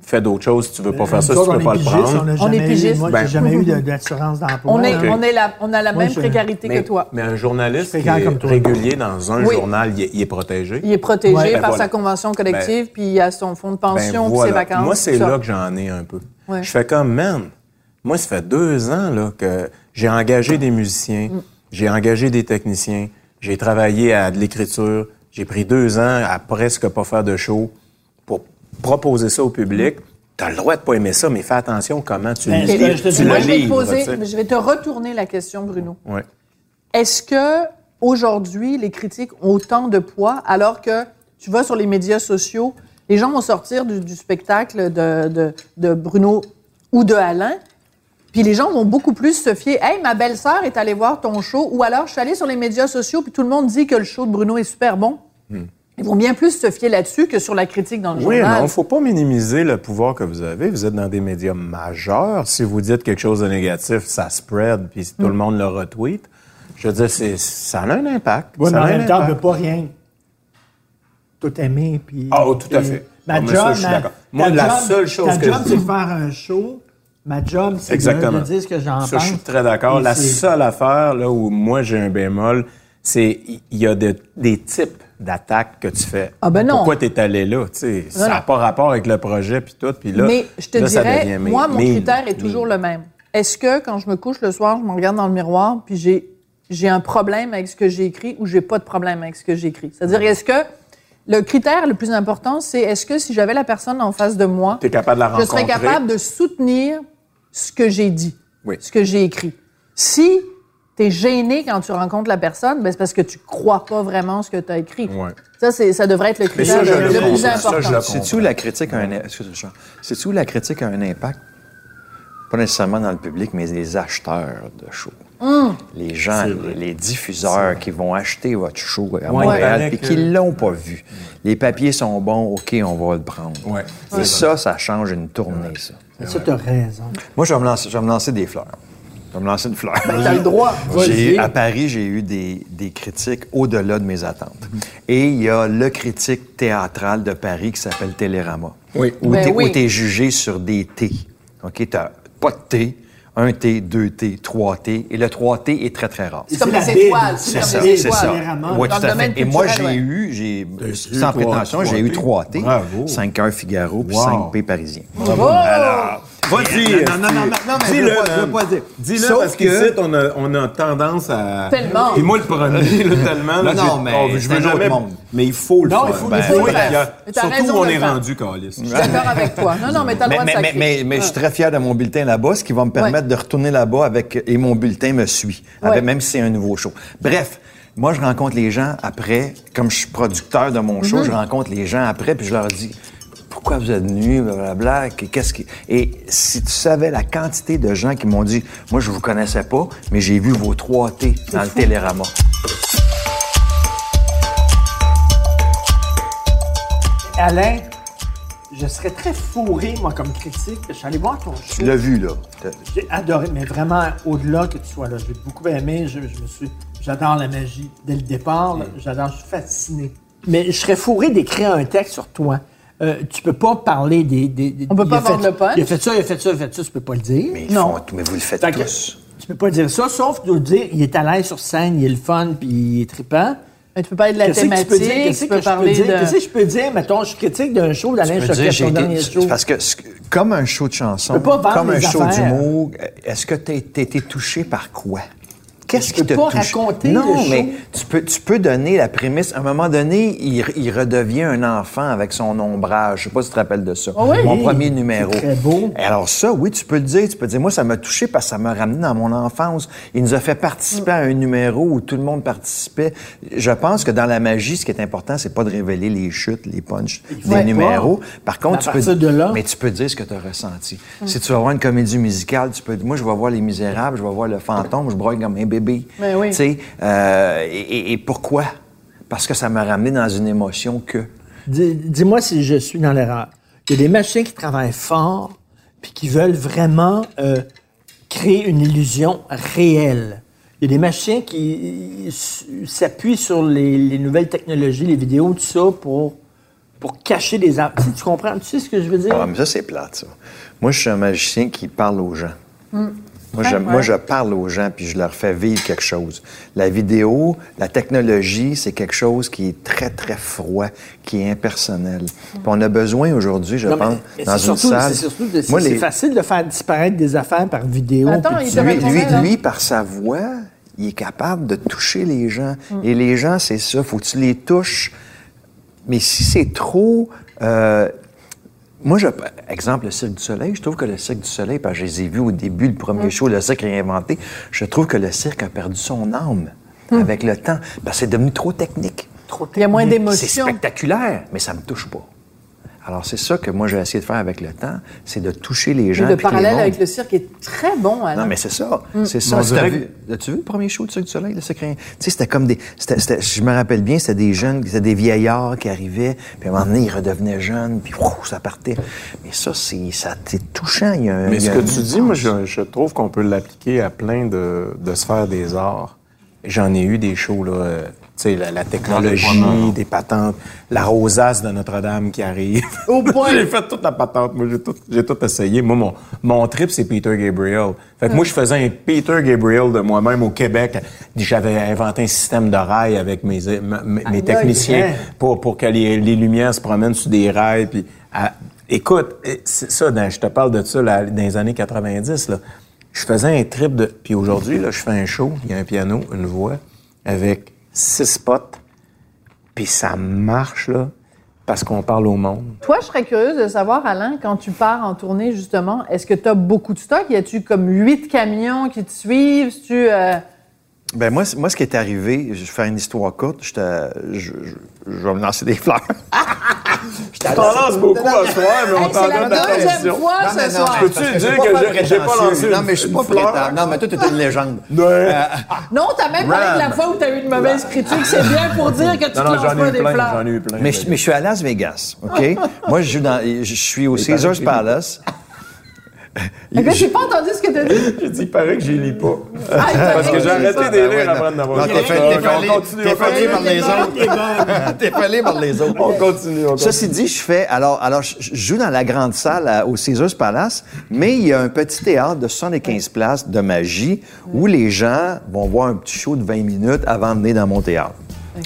S6: Fais d'autres choses si tu veux pas faire ça, si tu
S3: Euh, on
S6: veux
S3: est
S6: pas le
S3: pigiste,
S6: prendre.
S3: on n'a
S2: On est
S3: jamais eu,
S2: pigiste.
S3: moi,
S6: Ben,
S3: j'ai jamais eu de- d'assurance d'emploi.
S2: On, est,
S3: là.
S2: on, est la, on a la même
S3: je-
S2: précarité
S6: Mais,
S2: que toi.
S6: mais un journaliste
S3: C'est
S6: qui
S3: quand
S6: est
S3: comme toi.
S6: régulier dans un
S2: Oui.
S6: journal, il est, il est protégé.
S2: Il est protégé
S3: Ouais.
S2: par
S6: Ben voilà.
S2: sa convention collective, puis il a son fonds de
S6: Ben
S2: pension, puis
S6: voilà.
S2: ses vacances.
S6: Moi, c'est
S2: tout ça.
S6: là que j'en ai un peu.
S2: Ouais.
S6: Je fais comme, man, moi, ça fait deux ans là, que j'ai engagé des musiciens,
S2: Mm.
S6: j'ai engagé des techniciens, j'ai travaillé à de l'écriture, j'ai pris deux ans à presque pas faire de show pour proposer ça au public.
S2: Mm.
S6: T'as le droit de pas aimer ça, mais fais attention comment tu
S3: Ben,
S6: le
S2: Ok.
S3: c'est là, je te
S6: tu
S3: dis-
S2: Moi,
S6: le
S2: je vais te
S6: livres,
S2: poser,
S6: tu sais.
S2: je vais te retourner la question, Bruno.
S6: Ouais.
S2: Est-ce que aujourd'hui les critiques ont autant de poids alors que tu vas sur les médias sociaux, les gens vont sortir du, du spectacle de, de- de Bruno ou de Alain, puis les gens vont beaucoup plus se fier. Hey, ma belle-sœur est allée voir ton show, ou alors je suis allée sur les médias sociaux puis tout le monde dit que le show de Bruno est super bon. Ils vont bien plus se fier là-dessus que sur la critique dans le
S6: Hmm. Oui,
S2: journal.
S6: non, faut pas minimiser le pouvoir que vous avez. Vous êtes dans des médias majeurs. Si vous dites quelque chose de négatif, ça spread, puis tout
S2: Mm.
S6: le monde le retweet. Je veux dire, c'est, ça a un impact.
S3: Oui, mais
S6: ça
S3: en
S6: a un
S3: même temps, on ne
S6: impact.
S3: peut pas rien tout aimer. Puis,
S6: Ah, oh, tout à
S3: puis-
S6: fait.
S3: Ma
S6: Non, mais
S3: job,
S6: ça, je suis
S3: ma-
S6: d'accord.
S3: ta
S6: Moi, la
S3: job-
S6: seule chose
S3: ta
S6: que-
S3: job, c'est de faire un show. Ma job, c'est de,
S6: Exactement.
S3: de dire ce que j'en pense.
S6: Ça, je suis très d'accord.
S3: Et
S6: La
S3: c'est-
S6: seule affaire là, où moi j'ai un bémol, c'est il y, y a de- des types d'attaques que tu fais.
S2: Ah, ben non.
S6: Pourquoi tu es allé là? tu sais? Ça n'a
S2: non.
S6: pas rapport avec le projet puis tout. Puis là,
S2: mais je te
S6: là, ça
S2: dirais,
S6: devient mean,
S2: moi, mon
S6: mean,
S2: critère est toujours
S6: mean.
S2: le même. Est-ce que quand je me couche le soir, je me regarde dans le miroir, puis j'ai, j'ai un problème avec ce que j'ai écrit ou j'ai pas de problème avec ce que j'écris? C'est-à-dire, est-ce que le critère le plus important, c'est est-ce que si j'avais la personne en face de moi,
S6: T'es capable de la
S2: je
S6: rencontrer.
S2: serais capable de soutenir ce que j'ai dit,
S6: Oui.
S2: ce que j'ai écrit. Si tu es gêné quand tu rencontres la personne, ben c'est parce que tu crois pas vraiment ce que tu as écrit.
S6: Ouais.
S2: Ça, c'est, ça devrait être le
S6: Mais
S2: critère
S6: ça, je
S2: le,
S6: le,
S2: le
S6: comprends.
S2: plus
S6: Ça,
S2: important.
S6: je le
S7: C'est-tu où
S6: comprends.
S7: la critique a un excuse, Richard. C'est-tu où la critique a un impact? Pas nécessairement dans le public, mais les acheteurs de shows. Les gens, les, les diffuseurs qui vont acheter votre show à Montréal
S6: Ouais.
S7: puis qui ne l'ont pas vu. Les papiers sont bons, OK, on va le prendre.
S6: Ouais.
S7: Et ça, ça change une tournée, ça.
S3: Ça, tu as raison.
S7: Moi, je vais, me lancer, je vais me lancer des fleurs. Je vais me lancer une fleur.
S2: T'as le droit.
S7: J'ai eu- à Paris, j'ai eu des, des critiques au-delà de mes attentes.
S6: Mhm.
S7: Et il y a le critique théâtral de Paris qui s'appelle Télérama.
S9: Oui.
S7: Où
S2: Ben
S7: t'es-
S2: oui.
S7: où t'es jugé sur des T. OK? T'as pas de T, un T, deux T, trois T. Et le trois T est très, très rare.
S2: C'est comme
S3: la
S2: les
S3: Bible,
S2: étoiles.
S3: c'est
S2: comme
S7: ça,
S2: les
S7: c'est
S2: étoiles.
S7: ça.
S3: Télérama,
S7: Oui,
S2: dans
S7: tout
S2: le
S7: à
S2: domaine
S7: fait. Et moi, j'ai
S2: culturel, ouais.
S7: eu, j'ai,
S6: T'as eu
S7: sans
S6: trois-
S7: prétention, j'ai eu
S6: trois
S7: trois
S6: T.
S7: T,
S6: Bravo.
S7: 5 heures Figaro, puis
S6: Wow.
S7: 5 P parisiens.
S2: Oh,
S6: Vas-y.
S7: Non, non, non, non, non, mais je veux
S6: dis-le,
S7: pas- je veux
S6: man.
S7: pas dire.
S6: Dis-le
S7: Sauf
S6: parce qu'ici,
S7: que-
S6: on, a, on a tendance à.
S2: Tellement.
S6: Et moi, le premier, là, tellement. là,
S7: Non, non,
S6: j'ai- Oh,
S7: mais c'est
S6: je veux
S7: un autre
S6: jamais.
S7: monde.
S6: Mais il faut le
S3: Non, il
S6: faire.
S3: faut- il
S6: Ben,
S3: faut le
S6: oui,
S2: faire.
S6: il y a-
S2: Mais t'as raison
S6: Surtout
S2: de
S6: où on
S2: le
S6: est
S2: faire.
S6: rendu, Calis.
S2: Je suis d'accord avec toi. Non, non, mais t'as le
S7: Mais,
S2: droit de
S7: mais, mais,
S2: sacrer.
S7: mais- mais je suis très fier de mon bulletin là-bas, ce qui va me permettre de retourner là-bas avec et mon bulletin me suit, avec-
S2: Ouais.
S7: même si c'est un nouveau show. Bref, moi je rencontre les gens après, comme je suis producteur de mon show,
S2: Mhm.
S7: je rencontre les gens après puis je leur dis pourquoi vous êtes venus, blablabla, que- qu'est-ce qui et si tu savais la quantité de gens qui m'ont dit moi je vous connaissais pas, mais j'ai vu vos trois T dans le Télérama.
S3: Alain, je serais très fourré, moi, comme critique. Je suis allé voir ton
S7: Tu
S3: show.
S7: l'as vu là.
S3: J'ai adoré, mais vraiment, au-delà que tu sois là, j'ai beaucoup aimé. Je, je me suis, j'adore la magie dès le départ. là,
S2: Mm.
S3: J'adore, je suis fasciné. Mais je serais fourré d'écrire un texte sur toi. Euh, tu peux pas parler des. des, des-
S2: On peut
S3: il
S2: pas
S3: a fait-
S2: vendre le punch.
S3: Il a fait ça, il a fait ça, il a fait ça, tu peux pas le dire.
S7: Mais, ils
S2: Non.
S7: font- mais vous le faites
S3: Fait que
S7: tous.
S3: tu peux pas dire ça, sauf de dire il est à l'aise sur scène, il est le fun, puis il est trippant.
S2: Mais tu peux parler de la
S3: Qu'est-ce que tu
S2: thématique,
S3: peux dire? Qu'est-ce
S2: tu
S3: que
S2: peux
S3: je peux
S2: parler
S3: dire? Qu'est-ce que
S2: de...
S3: je peux dire? Mettons, je suis critique d'un show d'Alain
S7: Je veux dire,
S3: Choquette,
S7: j'ai
S3: son
S7: été-
S3: dernier show.
S7: Parce que ce- comme un show de chanson,
S3: peux pas vendre
S7: comme un
S3: mes
S7: show
S3: affaires.
S7: d'humour, est-ce que tu as été touché par quoi? Qu'est-ce
S3: Je
S7: qui
S3: peux
S7: t'a
S3: pas
S7: touché?
S3: raconter
S7: non,
S3: le show.
S7: mais tu peux, tu peux donner la prémisse. À un moment donné, il, il redevient un enfant avec son ombrage. Je sais pas si tu te rappelles de ça.
S2: Ah oui?
S7: Mon
S2: Oui,
S7: premier numéro.
S3: c'est très beau.
S7: Et Alors ça, oui, tu peux le dire. Tu peux dire, moi, ça m'a touché parce que ça m'a ramené dans mon enfance. Il nous a fait participer à un numéro où tout le monde participait. Je pense que dans la magie, ce qui est important, c'est pas de révéler les chutes, les punches des
S3: Ouais.
S7: numéros. Par contre,
S3: Mais à
S7: tu peux,
S3: partir de là-
S7: mais tu peux dire ce que tu as ressenti. Si tu vas voir une comédie musicale, tu peux dire, moi, je vais voir Les Misérables, je vais voir Le Fantôme, je broille comme un bébé.
S3: Ben
S2: Mais oui.
S7: Tu sais, euh, et- et, et pourquoi? Parce que ça m'a ramené dans une émotion que...
S3: Dis- Dis-moi si je suis dans l'erreur. Il y a des machins qui travaillent fort puis qui veulent vraiment euh, créer une illusion réelle. Il y a des machins qui euh, s- s'appuient sur les, les nouvelles technologies, les vidéos, tout ça, pour, pour cacher des... a- Tu, sais, tu comprends? Tu sais ce que je veux dire?
S7: Ah, mais ça, c'est plate, ça. Moi, je suis un magicien qui parle aux gens. Moi, je, moi, je parle aux gens, puis je leur fais vivre quelque chose. La vidéo, la technologie, c'est quelque chose qui est très, très froid, qui est impersonnel. Puis on a besoin aujourd'hui, je
S3: Non, mais-
S7: pense,
S3: mais c'est
S7: dans une
S3: surtout-
S7: salle...
S3: C'est surtout de-
S7: Moi,
S3: c'est
S7: les-
S3: facile de faire disparaître des affaires par vidéo.
S2: Attends,
S3: puis
S2: il
S3: tu-
S2: te
S7: lui,
S2: répondait,
S7: lui,
S2: là.
S7: lui, par sa voix, il est capable de toucher les gens.
S2: Mm.
S7: Et les gens, c'est ça, faut que tu les touches. Mais si c'est trop... euh, moi, je, exemple, le Cirque du Soleil, je trouve que le Cirque du Soleil, parce que je les ai vus au début du premier
S2: Mm.
S7: show, le Cirque réinventé, je trouve que le Cirque a perdu son âme
S2: Mm.
S7: avec le temps, parce que c'est devenu trop technique.
S2: Il y a moins
S7: C'est
S2: d'émotion.
S7: spectaculaire, mais ça me touche pas. Alors, c'est ça que moi, j'ai essayé de faire avec le temps, c'est de toucher les gens.
S2: Le
S7: puis que les
S2: parallèle
S7: mondes-
S2: avec le cirque est très bon, Alain.
S7: Ah non, mais c'est ça. C'est ça.
S6: On
S7: Si t'as
S6: dirait
S7: vu- As-tu vu le premier show du Cirque du Soleil, le secret? Tu sais, c'était comme des. c'était- c'était- je me rappelle bien, c'était des jeunes, c'était des vieillards qui arrivaient, puis à un moment donné, ils redevenaient jeunes, puis ouf, ça partait. Mais ça, c'est ça, c'est touchant. Il y a un-
S6: Mais
S7: Euh, il y
S6: ce
S7: a
S6: que
S7: un-
S6: tu dis, moi, je, je trouve qu'on peut l'appliquer à plein de, de sphères des arts. J'en ai eu des shows, là, euh, tu sais, la, la technologie, des patentes, la rosace de Notre-Dame qui arrive.
S2: Au point.
S6: j'ai fait toute la patente, moi, j'ai tout, j'ai tout essayé. Moi, mon, mon trip, c'est Peter Gabriel. Fait que moi, je faisais un Peter Gabriel de moi-même au Québec. J'avais inventé un système de rails avec mes, mes, mes techniciens
S3: hein.
S6: pour, pour que les, les lumières se promènent sur des rails. Puis, à- écoute, eh, c'est ça, dans- je te parle de ça là, dans les années 90. Là. Je faisais un trip de. Puis aujourd'hui, là, je fais un show, il y a un piano, une voix, avec six potes. Puis ça marche, là, parce qu'on parle au monde.
S2: Toi, je serais curieuse de savoir, Alain, quand tu pars en tournée, justement, est-ce que tu as beaucoup de stock? Y a-tu comme huit camions qui te suivent? Si Tu, euh,
S7: Ben moi, c- moi, ce qui est arrivé, je vais faire une histoire courte, je, te- je, je- je vais me lancer des fleurs.
S6: Je t'en lance beaucoup à soir, mais on
S2: Hey, c'est la deuxième fois
S7: Non, mais
S2: ce
S7: non,
S2: soir.
S7: mais
S6: Peux-tu
S7: parce que
S6: dire
S7: je suis
S6: que
S7: pas
S6: j'ai- j'ai pas
S7: prétentieux.
S6: lancé
S7: Non,
S6: une-
S7: mais je suis
S6: une
S7: pas
S6: fleur?
S7: prétentieux. Non, mais toi, t'es une légende.
S2: Non, t'as même parlé de la fois où t'as eu une mauvaise critique. C'est bien pour dire que tu
S6: Non,
S2: te
S6: non,
S2: lances
S6: j'en
S2: pas
S6: ai
S2: des
S6: eu plein,
S2: fleurs.
S6: j'en ai eu plein.
S7: Mais je, mais je suis à Las Vegas, OK? Moi, je, joue dans, je suis au
S6: paraît
S7: Caesars
S6: que-
S7: Palace.
S2: Fait que j'ai pas entendu ce que t'as dit.
S6: J'ai dit, il paraît que j'y lis pas.
S2: Ah, il t'a
S6: Parce que
S2: dit-
S6: j'ai arrêté
S7: Ah,
S6: des
S7: ouais,
S6: lire
S7: non.
S6: avant de
S7: Non,
S6: n'avoir
S7: T'es fait- t'es
S6: On
S7: fêlé-
S6: continue,
S7: t'es
S6: on
S7: fêlé
S6: continue.
S7: par les autres. T'es fêlé par les autres.
S6: On continue, on continue.
S7: Ceci dit, je fais. Alors, alors je je joue dans la grande salle à- au Caesars Palace, mais il y a un petit théâtre de 75 places de magie où les gens vont voir un petit show de 20 minutes avant de venir dans mon théâtre.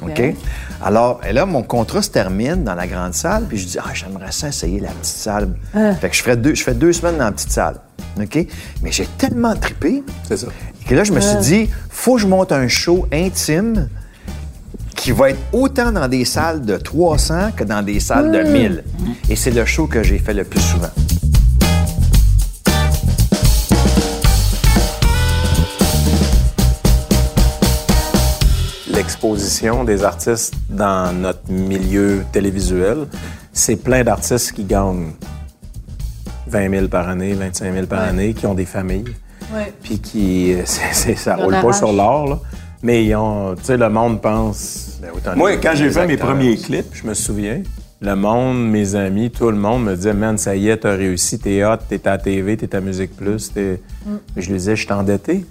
S2: OK.
S7: OK? Alors, et là, mon contrat se termine dans la grande salle, puis je dis, ah, j'aimerais ça essayer la petite salle. Fait que je, ferais deux, je fais deux semaines dans la petite salle. OK? Mais j'ai tellement trippé.
S6: C'est ça.
S7: que là, je me suis dit, faut que je monte un show intime qui va être autant dans des salles de 300 que dans des salles de 1000. Et c'est le show que j'ai fait le plus souvent.
S6: L'exposition des artistes dans notre milieu télévisuel, c'est plein d'artistes qui gagnent 20 000 par année, 25 000 par année, qui ont des familles.
S2: Ouais.
S6: puis qui euh, c'est- c'est- ça
S2: Ils en
S6: roule pas
S2: arrachent.
S6: sur l'or là. Mais ils ont, tu sais, le monde pense.
S7: Ben, autant
S6: Moi,
S7: les-
S6: quand
S7: les
S6: j'ai fait mes
S7: acteurs.
S6: premiers clips, je me souviens, le monde, mes amis, tout le monde me disait, man, ça y est, t'as réussi, t'es hot, t'es à la TV, t'es à Musique Plus, t'es. Je lui disais, je suis endetté.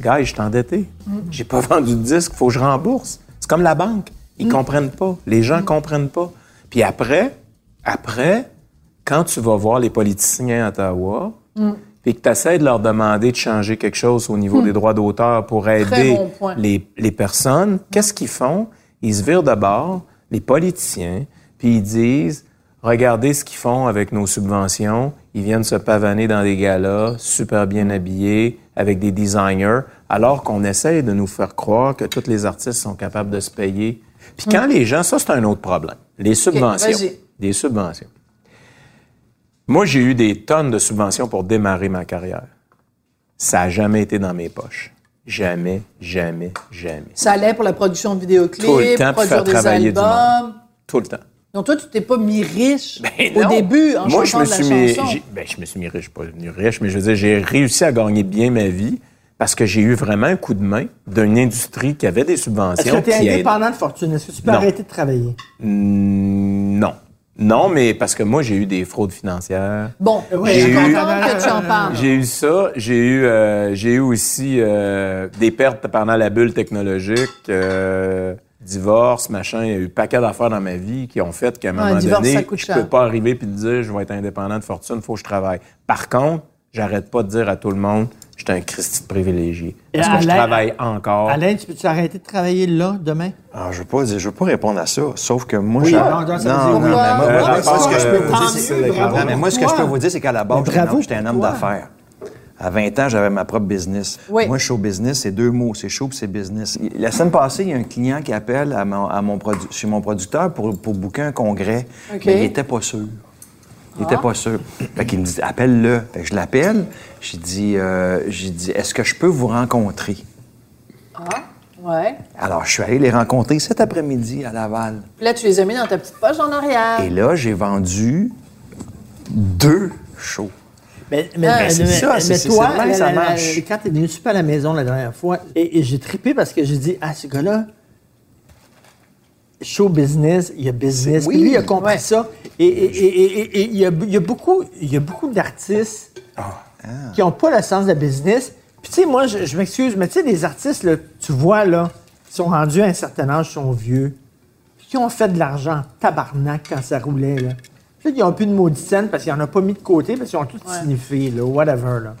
S6: Guys, je suis endetté.
S2: Mm.
S6: J'ai pas vendu de disque, faut que je rembourse. C'est comme la banque. Ils
S2: Mm.
S6: comprennent pas. Les gens comprennent pas. Puis après, après, quand tu vas voir les politiciens à Ottawa,
S2: Mm.
S6: puis que tu essaies de leur demander de changer quelque chose au niveau des droits d'auteur pour aider
S2: bon point.
S6: les, les personnes, qu'est-ce qu'ils font? Ils se virent de bord, les politiciens, puis ils disent Regardez ce qu'ils font avec nos subventions. Ils viennent se pavaner dans des galas, super bien habillés, avec des designers, alors qu'on essaye de nous faire croire que tous les artistes sont capables de se payer. Puis quand les gens, ça c'est un autre problème. Les subventions.
S2: vas-y.
S6: des subventions. Moi, j'ai eu des tonnes de subventions pour démarrer ma carrière. Ça n'a jamais été dans mes poches. Jamais, jamais, jamais.
S2: Ça allait pour la production de
S6: Tout le
S2: vidéoclips,
S6: temps, pour
S2: produire
S6: faire
S2: des
S6: travailler du monde.
S2: albums.
S6: Tout le temps.
S2: Donc toi, tu t'es pas mis riche
S6: Ben
S2: au
S6: non.
S2: début en
S6: Moi, je
S2: chantant
S6: me
S2: de la
S6: suis mis,
S2: chanson.
S6: j'ai- ben, je me suis mis riche, pas devenu riche, mais je veux dire, j'ai réussi à gagner bien ma vie parce que j'ai eu vraiment un coup de main d'une industrie qui avait des
S3: Est-ce
S6: subventions.
S3: que tu
S6: qui
S3: es
S6: aident.
S3: indépendant de fortune? Est-ce que tu peux
S6: Non.
S3: arrêter de travailler?
S6: Mm, Non. Non, mais parce que moi, j'ai eu des fraudes financières.
S2: Bon,
S3: Ouais,
S2: je suis
S6: j'ai eu-
S2: contente que tu en parles.
S6: J'ai eu ça. J'ai eu, euh, j'ai eu aussi euh, des pertes pendant la bulle technologique, euh, divorce, machin. Il y a eu un paquet d'affaires dans ma vie qui ont fait qu'à un
S2: Ouais,
S6: moment
S2: divorce, ça
S6: donné,
S2: coûte
S6: je
S2: cher.
S6: peux pas arriver puis te dire je vais être indépendant de fortune, faut que je travaille. Par contre, j'arrête pas de dire à tout le monde je suis un Christy de privilégié. Parce
S3: Et
S6: que je
S3: Alain-
S6: travaille encore.
S3: Alain, tu peux-tu arrêter de travailler là, demain?
S7: Ah, je ne veux, pas dire- je veux pas répondre à ça, sauf que moi, je...
S3: non, non, ça veut dire
S7: non, non, mais
S3: pourquoi?
S7: moi,
S6: Euh,
S7: moi,
S6: rapport,
S7: moi, ce que je peux vous
S6: euh,
S7: dire,
S3: tant
S7: c'est-
S3: mieux,
S7: Non,
S3: bravo
S7: mais moi, ce que
S3: pour
S7: je peux
S3: toi.
S7: vous dire, c'est qu'à la base,
S3: Mais
S7: j'étais un
S3: bravo
S7: homme- j'étais un
S3: pour
S7: homme
S3: toi.
S7: d'affaires. À 20 ans, j'avais ma propre business.
S2: Oui.
S7: Moi, show business, c'est deux mots, c'est show puis c'est business. La semaine passée, il y a un client qui appelle à mon, à mon produ- chez mon producteur pour, pour booker un congrès.
S2: OK. Ah.
S7: Mais il n'était pas sûr. Il n'était pas sûr. Fait qu'il me dit, appelle-le. Fait que je l'appelle. J'ai dit, euh, j'ai dit, est-ce que je peux vous rencontrer?
S2: Ouais.
S7: Alors, je suis allé les rencontrer cet après-midi à Laval.
S2: Puis là, tu les as mis dans ta petite poche en arrière.
S7: Et là, j'ai vendu deux shows.
S3: Mais, mais,
S2: Ah,
S3: mais-
S7: c'est
S3: mais-
S7: ça,
S3: mais
S7: c'est- c'est-
S3: toi,
S7: c'est vrai que
S3: la-
S7: ça
S3: la- la-
S7: marche.
S3: quand t'es venu super à la maison la dernière fois, et, et j'ai trippé parce que j'ai dit, ah, ce gars-là, show business, il y a business.
S7: Oui.
S3: Puis lui, il a compris
S2: Ouais.
S3: ça. Et, et- et- et- et- et il y a, il y a beaucoup, il y a beaucoup d'artistes qui n'ont pas le sens de business. Puis tu sais, moi, je, je m'excuse, mais tu sais, les artistes, là, tu vois, là, qui sont rendus à un certain âge, sont vieux, puis qui ont fait de l'argent en tabarnak quand ça roulait, là. Puis là, ils n'ont plus de maudite scène parce qu'ils n'en ont pas mis de côté, parce qu'ils ont tout signifié, là, whatever, là.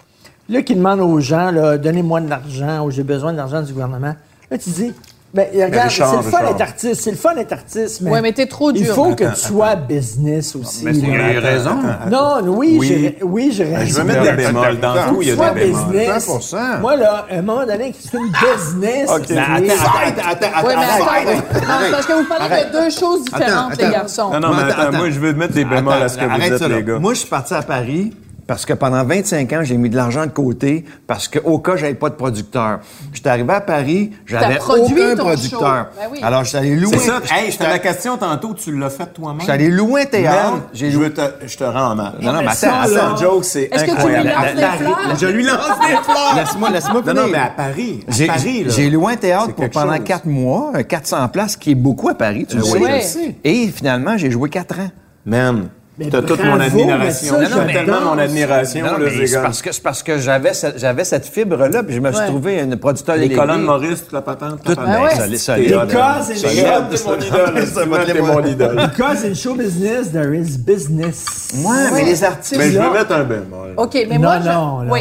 S3: Puis là, qui demandent aux gens, là, donnez-moi de l'argent, ou j'ai besoin de l'argent du gouvernement. Là, tu dis, ben, regarde,
S6: Richard,
S3: c'est le fun
S6: Richard.
S3: d'être artiste, c'est le fun d'être artiste, mais.
S2: Ouais, mais t'es trop
S3: Il
S2: dur.
S3: faut que tu sois business aussi. là.
S10: raison.
S3: Non, oui,
S6: Oui. Ben,
S3: j'ai oui, j'ai raison.
S6: Je veux mettre des bémols. Dans tout, il y a
S3: Sois
S6: des bémols.
S3: business.
S10: 100%.
S3: Moi, là, à un moment donné, c'est une business.
S6: Ok.
S3: Mais
S6: Mais
S3: attends,
S10: Attends, attends,
S2: Oui, mais
S10: attends.
S2: attends. Non, c'est parce que vous parlez de deux choses différentes,
S10: attends.
S2: les garçons.
S6: Non, non, mais attends, moi, je veux mettre des bémols
S10: Attends,
S6: à ce que vous
S10: arrête
S6: dites,
S10: ça, là.
S6: les gars.
S10: Moi, je suis parti à Paris.
S7: Parce que pendant 25 ans, j'ai mis de l'argent de côté parce qu'au cas, j'avais pas de producteur. J'étais arrivé à Paris, j'avais
S2: produit
S7: aucun
S2: ton
S7: producteur.
S2: show. Ben oui.
S7: Alors, je suis allé louer.
S6: C'est ça. Hey,
S7: je
S6: je te la question tantôt, tu l'as fait toi-même.
S7: suis allé louer un théâtre.
S6: Man,
S7: J'ai
S6: je,
S7: loué.
S6: veux te, je te rends hommage.
S7: Non, non, mais
S6: Ça,
S7: attends,
S6: là,
S7: attends.
S6: joke, c'est
S2: Est-ce que tu
S6: incroyable.
S2: lui lances
S6: La-
S2: des
S6: la-
S2: fleurs?
S6: Je lui lance des fleurs.
S7: Laisse-moi, laisse-moi
S6: Non, non,
S7: finir.
S6: mais à Paris. À
S7: J'ai-
S6: Paris, là.
S7: J'ai loué un théâtre
S6: C'est
S7: pour
S6: quelque
S7: pendant
S6: chose.
S7: quatre mois, euh, 400 places, qui est beaucoup à Paris, tu le
S2: oui, je le
S7: sais.
S2: sais.
S7: Et finalement, j'ai joué quatre ans.
S6: Man, t'as toute
S3: bravo,
S6: mon admiration.
S3: mais
S6: T'as
S3: ça, j'adore.
S6: tellement mon admiration,
S7: Non, non,
S6: là,
S7: mais
S6: les
S7: c'est
S6: gars.
S7: parce que, c'est parce que j'avais cette, j'avais cette fibre-là, puis je me suis
S2: Ouais. Ah,
S7: trouvé un producteur
S6: Les
S7: délégué.
S6: colonnes Maurice, toute la patente.
S7: Tout-
S6: patente.
S7: ben,
S2: ouais.
S7: solide,
S6: T'es
S7: solide.
S6: hot,
S3: Les gars,
S6: man.
S3: c'est
S6: Je
S3: les
S6: te
S3: gars.
S6: lève, t'es mon idole. Stéphane, T'es mon idole.
S3: Because in show business, there is business.
S7: Ouais, Ben, mais les artistes,
S6: Mais je
S7: là,
S6: veux mettre un bémol.
S2: OK, mais
S3: Non,
S2: moi, je...
S3: non, là.
S2: Oui.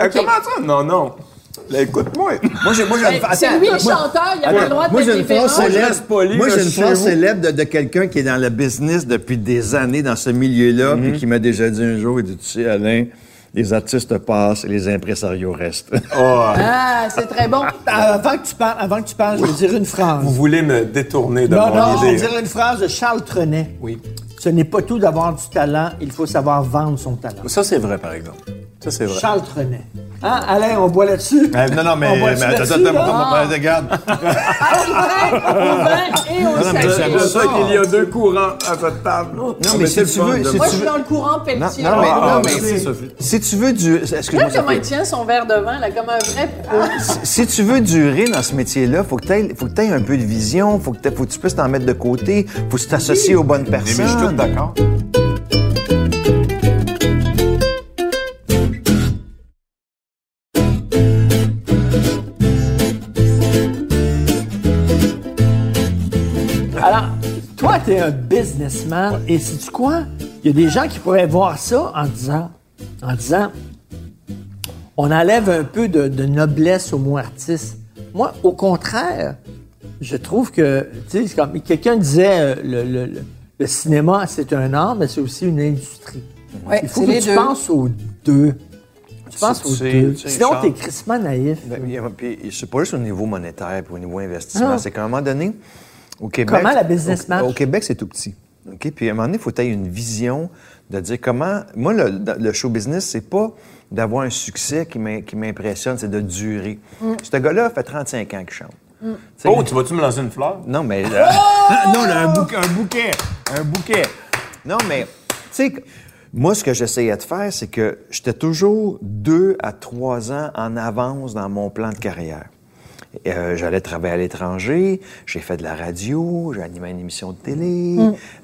S6: Euh,
S2: OK.
S6: Comment ça? Non, non. Là, Écoute-moi.
S7: moi, j'ai, moi, j'ai
S2: Ben, C'est lui le chanteur, il avait le droit de
S7: Moi,
S2: faire
S7: j'ai
S2: des
S7: une phrase
S2: différents.
S7: célèbre.
S6: reste poli,
S7: moi,
S6: là,
S7: j'ai une
S6: chez
S7: phrase
S6: vous.
S7: célèbre de, de quelqu'un qui est dans le business depuis des années, dans ce milieu-là, puis qui m'a déjà dit un jour, il dit, tu sais, Alain, les artistes passent et les impresarios restent.
S6: Oh,
S2: Ah, c'est très bon.
S3: Avant que tu parles, avant que tu parles, je veux dire une phrase.
S6: Vous voulez me détourner de
S3: Non, non,
S6: mon
S3: je vais
S6: idée.
S3: dire une phrase de Charles Trenet.
S6: Oui.
S3: Ce n'est pas tout d'avoir du talent, il faut savoir vendre son talent.
S6: Ça, c'est vrai, par exemple. Ça, c'est vrai.
S3: Charles Trenet. Hein, Alain, on boit là-dessus?
S10: Euh, non, non, mais,
S3: On boit
S10: mais
S3: là-dessus,
S10: attends, attends,
S3: là?
S10: attends, attends, regarde.
S2: Ah, au vin, au vin et au
S10: mais
S2: salut.
S10: j'aime ça qu'il
S6: y a deux courants à votre table. Non,
S7: mais si tu veux- si
S2: Moi,
S7: tu
S2: je suis dans le courant Pelletier.
S7: Non, non, mais-
S6: Ah,
S7: non, mais-
S6: merci, Sophie.
S7: si tu veux du... Excuse-moi,
S2: Regarde comment
S7: Sophie.
S2: il tient son verre de vin, là, comme un vrai pro.
S7: Si tu veux durer dans ce métier-là, faut que t'aies, faut que t'aies un peu de vision, faut que, t'aies- faut que tu puisses t'en mettre de côté, faut que tu t'associes aux bonnes personnes.
S6: Mais je suis tout d'accord.
S3: Alors, toi, tu es un businessman et si tu quoi? Il y a des gens qui pourraient voir ça en disant, en disant, on enlève un peu de, de noblesse au mot artiste. Moi, au contraire, je trouve que, tu sais, c'est comme- quelqu'un disait, euh, le, le- le- le cinéma, c'est un art, mais c'est aussi une industrie.
S2: Ouais,
S3: Il faut
S2: c'est
S3: que
S2: les
S3: tu
S2: deux.
S3: penses aux deux. Tu penses aux
S7: c'est-
S3: deux.
S7: c'est
S3: Sinon,
S7: Charles.
S3: t'es crissement naïf.
S7: Ben, il y a- puis c'est pas juste au niveau monétaire puis au niveau investissement.
S3: Non.
S7: C'est qu'à un moment donné, au Québec.
S3: Ah. Comment la business
S7: au-
S3: marche?
S7: Au Québec, c'est tout petit. OK? Puis à un moment donné, il faut que tu une vision de dire comment. Moi, le, dans- le show business, c'est pas d'avoir un succès qui m'im- qui m'impressionne, c'est de durer.
S3: Mm.
S7: Ce gars-là fait 35 ans qu'il chante. Tu sais,
S6: Oh, tu vas-tu me lancer une fleur?
S7: non, mais. euh, non, là, un, bouquet, un bouquet. Un bouquet. Non, mais, tu sais, moi, ce que j'essayais de faire, c'est que j'étais toujours deux à trois ans en avance dans mon plan de carrière. Euh, J'allais travailler à l'étranger, j'ai fait de la radio, j'ai animé une émission de télé,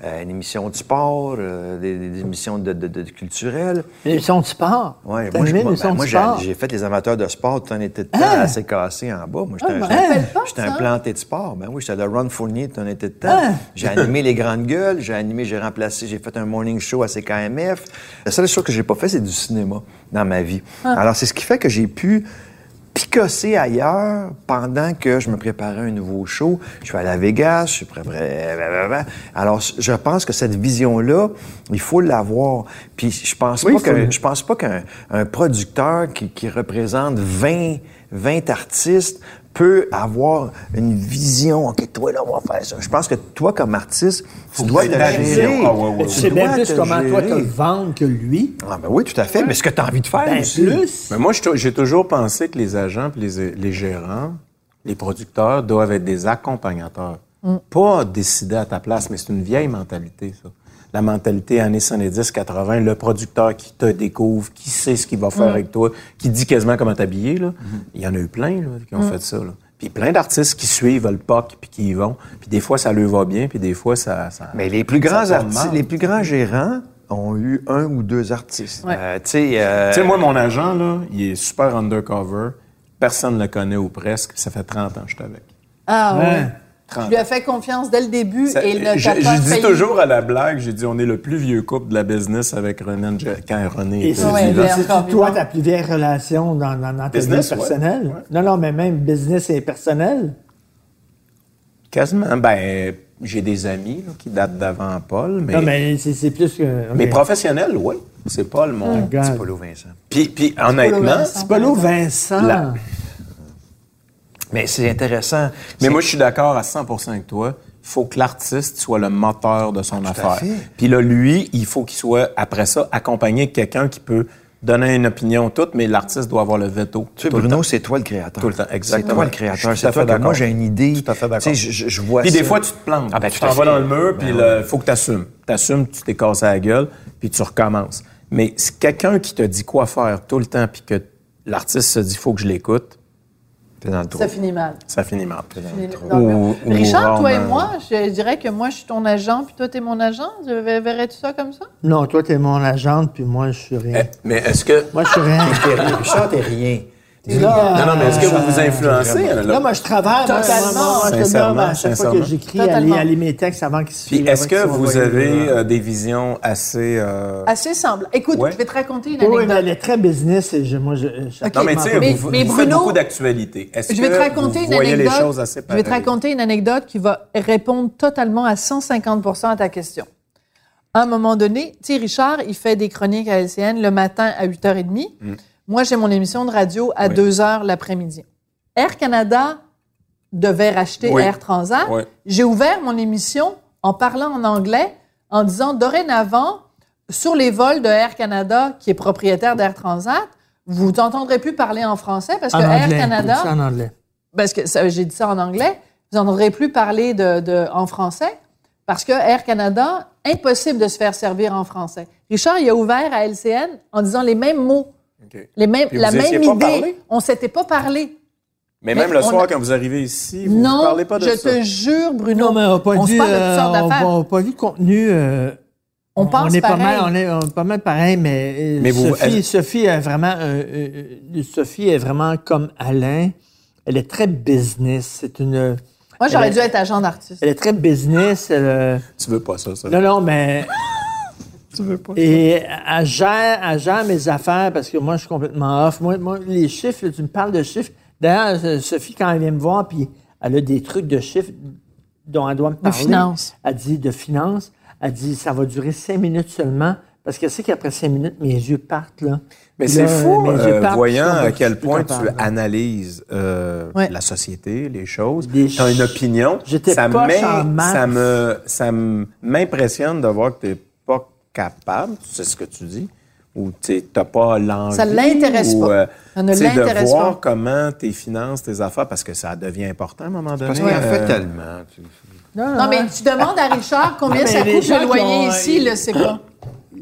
S7: euh, une émission de sport, euh, des, des émissions de, de- de- de culturelles.
S3: Mais ils sont du sport.
S7: Ouais,
S3: T'as
S7: moi, je-
S3: aimé
S7: moi,
S3: les
S7: ben,
S3: sons du
S7: moi, j'ai,
S3: sport.
S7: j'ai fait les amateurs de sport tout en été de temps assez cassé en bas. Moi, j'étais,
S2: Hein? Ah, je
S7: un-
S2: me
S7: j'étais-
S2: rappelle pas
S7: j'étais
S2: ça. Hein?
S7: un planté de sport. Ben oui, j'étais le Ron Fournier tout un été de temps. J'ai animé les grandes gueules, j'ai animé, j'ai remplacé, j'ai fait un morning show à CKMF. La seule chose que j'ai pas fait, c'est du cinéma dans ma vie.
S2: Ah.
S7: Alors, c'est ce qui fait que j'ai pu picosser ailleurs pendant que je me préparais à un nouveau show. Je suis allé à Vegas, je suis préparé... Alors, je pense que cette vision-là, il faut l'avoir. Puis, je pense pas que je pense pas qu'un un producteur qui, qui représente 20, 20 artistes peut avoir une vision. OK, toi, là, on va faire ça. Je pense que toi, comme artiste, tu dois te
S6: aies la
S7: gérer.
S6: vision. Ah, ouais, ouais,
S7: Tu
S3: C'est bien
S7: dois
S3: plus
S7: te
S3: comment toi te
S7: gérer.
S3: vendre que lui.
S7: Ah, ben oui, tout à fait. Mais ce que tu as envie de faire
S3: Ben,
S7: aussi.
S3: plus.
S6: Mais moi, je tou- j'ai toujours pensé que les agents, puis les, les gérants, les producteurs doivent être des accompagnateurs.
S7: Mm.
S6: Pas décider à ta place, mais c'est une vieille mentalité, ça. La mentalité années 70, 80, le producteur qui te découvre, qui sait ce qu'il va
S7: Mm.
S6: faire avec toi, qui dit quasiment comment t'habiller, là.
S7: Mm-hmm.
S6: Il y en a eu plein, là, qui ont
S7: Mm.
S6: fait ça, là. Puis plein d'artistes qui suivent le POC, puis qui y vont. Puis des fois, ça leur va bien, puis des fois, ça... ça-
S7: Mais les plus
S6: ça
S7: grands
S6: tombe
S7: artistes,
S6: mal.
S7: les plus grands gérants ont eu un ou deux artistes.
S2: Ouais.
S7: Euh, tu sais, euh,
S6: Tu sais, moi, mon agent, là, il est super undercover. Personne ne le connaît ou presque. Ça fait 30 ans que je suis avec.
S2: Ah ouais. Tu
S6: 30
S2: lui as fait confiance dès le début
S6: Ça-
S2: et il ne
S6: je,
S2: t'a
S6: je
S2: pas
S6: dis
S2: payé.
S6: toujours à la blague, j'ai dit, on est le plus vieux couple de la business avec René Ange- quand René
S3: Et
S6: était
S3: c'est
S2: Ouais,
S6: vivant.
S2: ben,
S3: c'est
S2: encore
S3: toi
S2: vivant.
S3: ta plus vieille relation dans, dans, dans ta
S6: Business,
S3: vie
S6: ouais.
S3: personnelle.
S6: Ouais.
S3: Non, non, mais même business et personnel.
S6: Quasiment, ben, j'ai des amis là, qui datent d'avant Paul, mais,
S3: Non, mais c'est c'est plus que.
S6: mais
S3: ok.
S6: professionnels, oui. C'est Paul, mon...
S3: Ah, God.
S7: c'est Paulo Vincent.
S6: Puis, puis honnêtement,
S2: Vincent.
S3: Polo Vincent.
S6: La-
S7: Mais c'est intéressant.
S6: mais moi, je suis d'accord à 100 avec toi. Il faut que l'artiste soit le moteur de son affaire.
S7: fait.
S6: Puis là, lui, il faut qu'il soit, après ça, accompagné de quelqu'un qui peut donner une opinion toute, mais l'artiste doit avoir le veto.
S7: Tu sais,
S6: tout le
S7: Bruno, c'est toi le créateur.
S6: Tout le temps, exactement.
S7: C'est toi le
S6: Je suis tout
S7: créateur.
S6: à
S7: C'est
S6: fait
S7: toi que
S6: d'accord.
S7: moi, j'ai une idée.
S6: Tout à fait d'accord.
S7: Tu sais, je, je- je vois
S6: Puis
S7: ça.
S6: des fois, tu te plantes.
S7: Ah, ben,
S6: tu
S7: tout à
S6: t'en vas
S7: fait.
S6: dans le mur, puis
S7: Ben
S6: il faut que tu assumes. Tu assumes, tu t'es cassé la gueule, puis tu recommences. Mais si quelqu'un qui te dit quoi faire tout le temps, puis que l'artiste se dit faut que je l'écoute,
S7: T'es dans le trou.
S2: Ça finit mal.
S6: ça finit mal.
S2: Finit dans le mur.
S6: Ou- ou
S2: Richard, toi et
S6: rarement.
S2: moi, je dirais que moi, je suis ton agent, puis toi, t'es mon agent. Je ver- Verrais-tu ça comme ça?
S3: Non, toi, t'es mon agente, puis moi, je suis rien.
S6: Eh, Mais est-ce que.
S3: Moi, je suis rien.
S7: T'es rien. Richard, t'es rien.
S6: Non, non, mais est-ce que vous vous influencez? hein, là?
S3: Non, moi, je travaille. moi,
S2: Totalement.
S3: moi, moi, moi, je te
S6: Sincèrement,
S3: donne, à chaque fois que
S6: sincèrement.
S3: j'écris,
S2: Totalement.
S3: aller, aller mes textes avant qu'ils se
S6: Puis
S3: suivent,
S6: est-ce
S3: avant qu'ils
S6: que
S3: soient
S6: vous
S3: envoyés.
S6: avez euh, des visions assez. euh,
S2: Assez semble. Écoute,
S6: Ouais.
S2: je vais te raconter une
S3: Oui, oui,
S2: anecdote.
S3: mais elle est très business. Et je, moi, je, je-
S2: Ok.
S6: Non, mais tu sais,
S2: Mais-
S6: vous,
S2: mais
S6: vous faites
S2: Bruno,
S6: beaucoup d'actualité. Est-ce
S2: Je vais te
S6: que
S2: raconter
S6: vous
S2: une
S6: voyez
S2: anecdote.
S6: les choses assez
S2: je vais te
S6: pareilles?
S2: raconter une anecdote qui va répondre totalement à 150 à ta question. À un moment donné, tu sais, Richard, il fait des chroniques à LCN le matin à 8h30.
S6: Mm.
S2: Moi, j'ai mon émission de radio à 2h l'après-midi. Air Canada devait racheter
S6: Oui.
S2: Air Transat.
S6: Oui.
S2: J'ai ouvert mon émission en parlant en anglais, en disant dorénavant, sur les vols de Air Canada, qui est propriétaire d'Air Transat, vous n'entendrez plus parler en français parce que
S3: en
S2: Air
S3: anglais.
S2: Canada
S3: C'est en anglais.
S2: parce que ça, j'ai dit ça en anglais, vous n'entendrez plus parler de, de- en français, parce que Air Canada, impossible de se faire servir en français. Richard, il a ouvert à LCN en disant les mêmes mots,
S6: OK.
S2: les mêmes,
S6: Puis
S2: la
S6: vous
S2: même
S6: étiez pas
S2: idée.
S6: parlé?
S2: On s'était pas parlé.
S6: Mais
S2: Mais
S6: même le
S2: on
S6: soir,
S2: a-
S6: quand vous arrivez ici, vous ne
S2: non,
S6: parlez pas de
S2: je
S6: ça.
S2: te jure, Bruno,
S3: Non, mais on n'a pas
S2: on se
S3: vu.
S2: parle de toutes
S3: euh,
S2: sortes
S3: on va-
S2: d'affaires.
S3: on n'a pas vu de contenu. euh,
S2: On pense
S3: est pas
S2: pareil.
S3: mal, on est, on est pas mal pareil, mais, euh,
S6: Mais vous-
S3: Sophie,
S6: elle-
S3: Sophie est vraiment, euh, euh, euh, Sophie est vraiment comme Alain. Elle est très business. C'est une,
S2: Moi, j'aurais
S3: Elle-
S2: dû être agent d'artiste.
S3: elle est très business. Elle, euh,
S6: Tu veux pas ça, ça.
S3: non, non, mais
S6: Tu veux pas.
S3: Et elle gère, elle gère mes affaires parce que moi, je suis complètement off. Moi, moi, les chiffres, là, tu me parles de chiffres. D'ailleurs, euh, Sophie, quand elle vient me voir, puis Elle a des trucs de chiffres dont elle doit me parler.
S2: finances.
S3: Elle dit de finances. Elle dit ça va durer cinq minutes seulement. Parce que c'est qu'après cinq minutes, mes yeux partent. Là.
S6: Mais
S3: Puis
S6: c'est
S3: là,
S6: fou,
S3: mes yeux
S6: euh,
S3: partent, puis
S6: voyant
S3: là, on va
S6: à quel
S3: tout
S6: point
S3: en
S6: tu
S3: parler.
S6: analyses euh,
S2: Ouais.
S6: la société, les choses.
S3: Des
S6: Tu as une
S3: ch-
S6: opinion.
S3: J'étais
S6: ça
S3: poche
S6: m'in-
S3: en maths.
S6: ça me Ça m- m'impressionne de voir que tu n'es pas capable, tu sais ce que tu dis, ou tu n'as pas l'envie.
S2: Ça l'intéresse
S6: ou,
S2: pas.
S6: euh,
S2: Ça ne
S6: tu sais, de
S2: l'intéresse
S6: voir
S2: pas.
S6: comment tes finances, tes affaires, parce que ça devient important à un moment donné.
S7: Parce qu'elle
S6: euh,
S7: fait tellement. tu-
S2: Non, mais tu demandes à Richard combien
S3: Ah,
S2: ça
S3: mais les
S2: coûte
S3: gens
S2: le
S3: qui
S2: loyer
S3: ont-
S2: ici, là, c'est pas.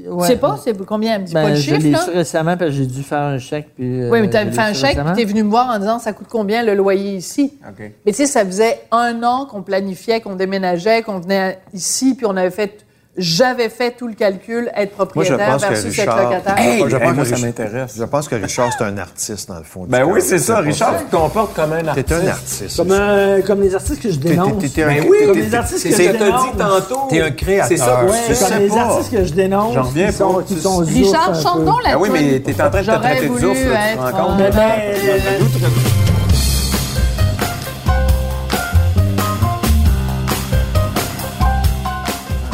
S3: Ouais.
S2: C'est pas, c'est combien? Dis
S3: Ben,
S2: pas le
S3: je
S2: chiffre,
S3: l'ai
S2: là.
S3: su récemment parce que j'ai dû faire un chèque. Puis,
S2: Oui, mais
S3: euh,
S2: tu
S3: je l'ai
S2: fait un
S3: su
S2: chèque,
S3: récemment.
S2: puis tu es venu me voir en disant ça coûte combien le loyer ici.
S6: OK.
S2: Mais tu sais, ça faisait un an qu'on planifiait, qu'on déménageait, qu'on venait ici, puis on avait fait. J'avais fait tout le calcul, être propriétaire
S7: pense que
S2: versus
S7: Richard-
S2: être locataire.
S7: Hey!
S6: je pense
S7: moi,
S6: que ça
S7: je-
S6: m'intéresse.
S7: Je pense que Richard, c'est un artiste, dans le fond. du
S6: Ben
S7: cœur,
S6: oui, c'est
S7: là,
S6: ça.
S7: pas
S6: Richard, tu te comportes comme un
S7: T'es
S6: artiste.
S7: un artiste.
S3: Comme, euh, comme les artistes que je
S7: T'es-
S3: dénonce.
S7: t'es- t'es un-
S6: Ben oui,
S7: t'es-
S3: comme
S7: t'es-
S3: les artistes
S6: C'est
S3: que
S6: ça
S3: je
S6: que t'as dit
S3: dénonce.
S6: tantôt.
S7: T'es un créateur.
S6: C'est ça,
S7: Ouais,
S6: tu
S7: t'es-
S3: Comme
S6: sais
S3: les
S6: pas.
S3: artistes que je dénonce.
S6: J'en reviens
S3: qui sont-
S6: pas,
S3: qui
S6: tu-
S3: sont ouf un
S2: Richard, chante
S3: peu.
S2: donc la
S6: Ben oui,
S2: tune.
S6: mais t'es en train de te
S2: J'aurais
S6: traiter de
S2: voulu
S6: d'ours, là, tu te
S2: être
S6: rends compte?
S2: un-
S3: Mais ben, euh,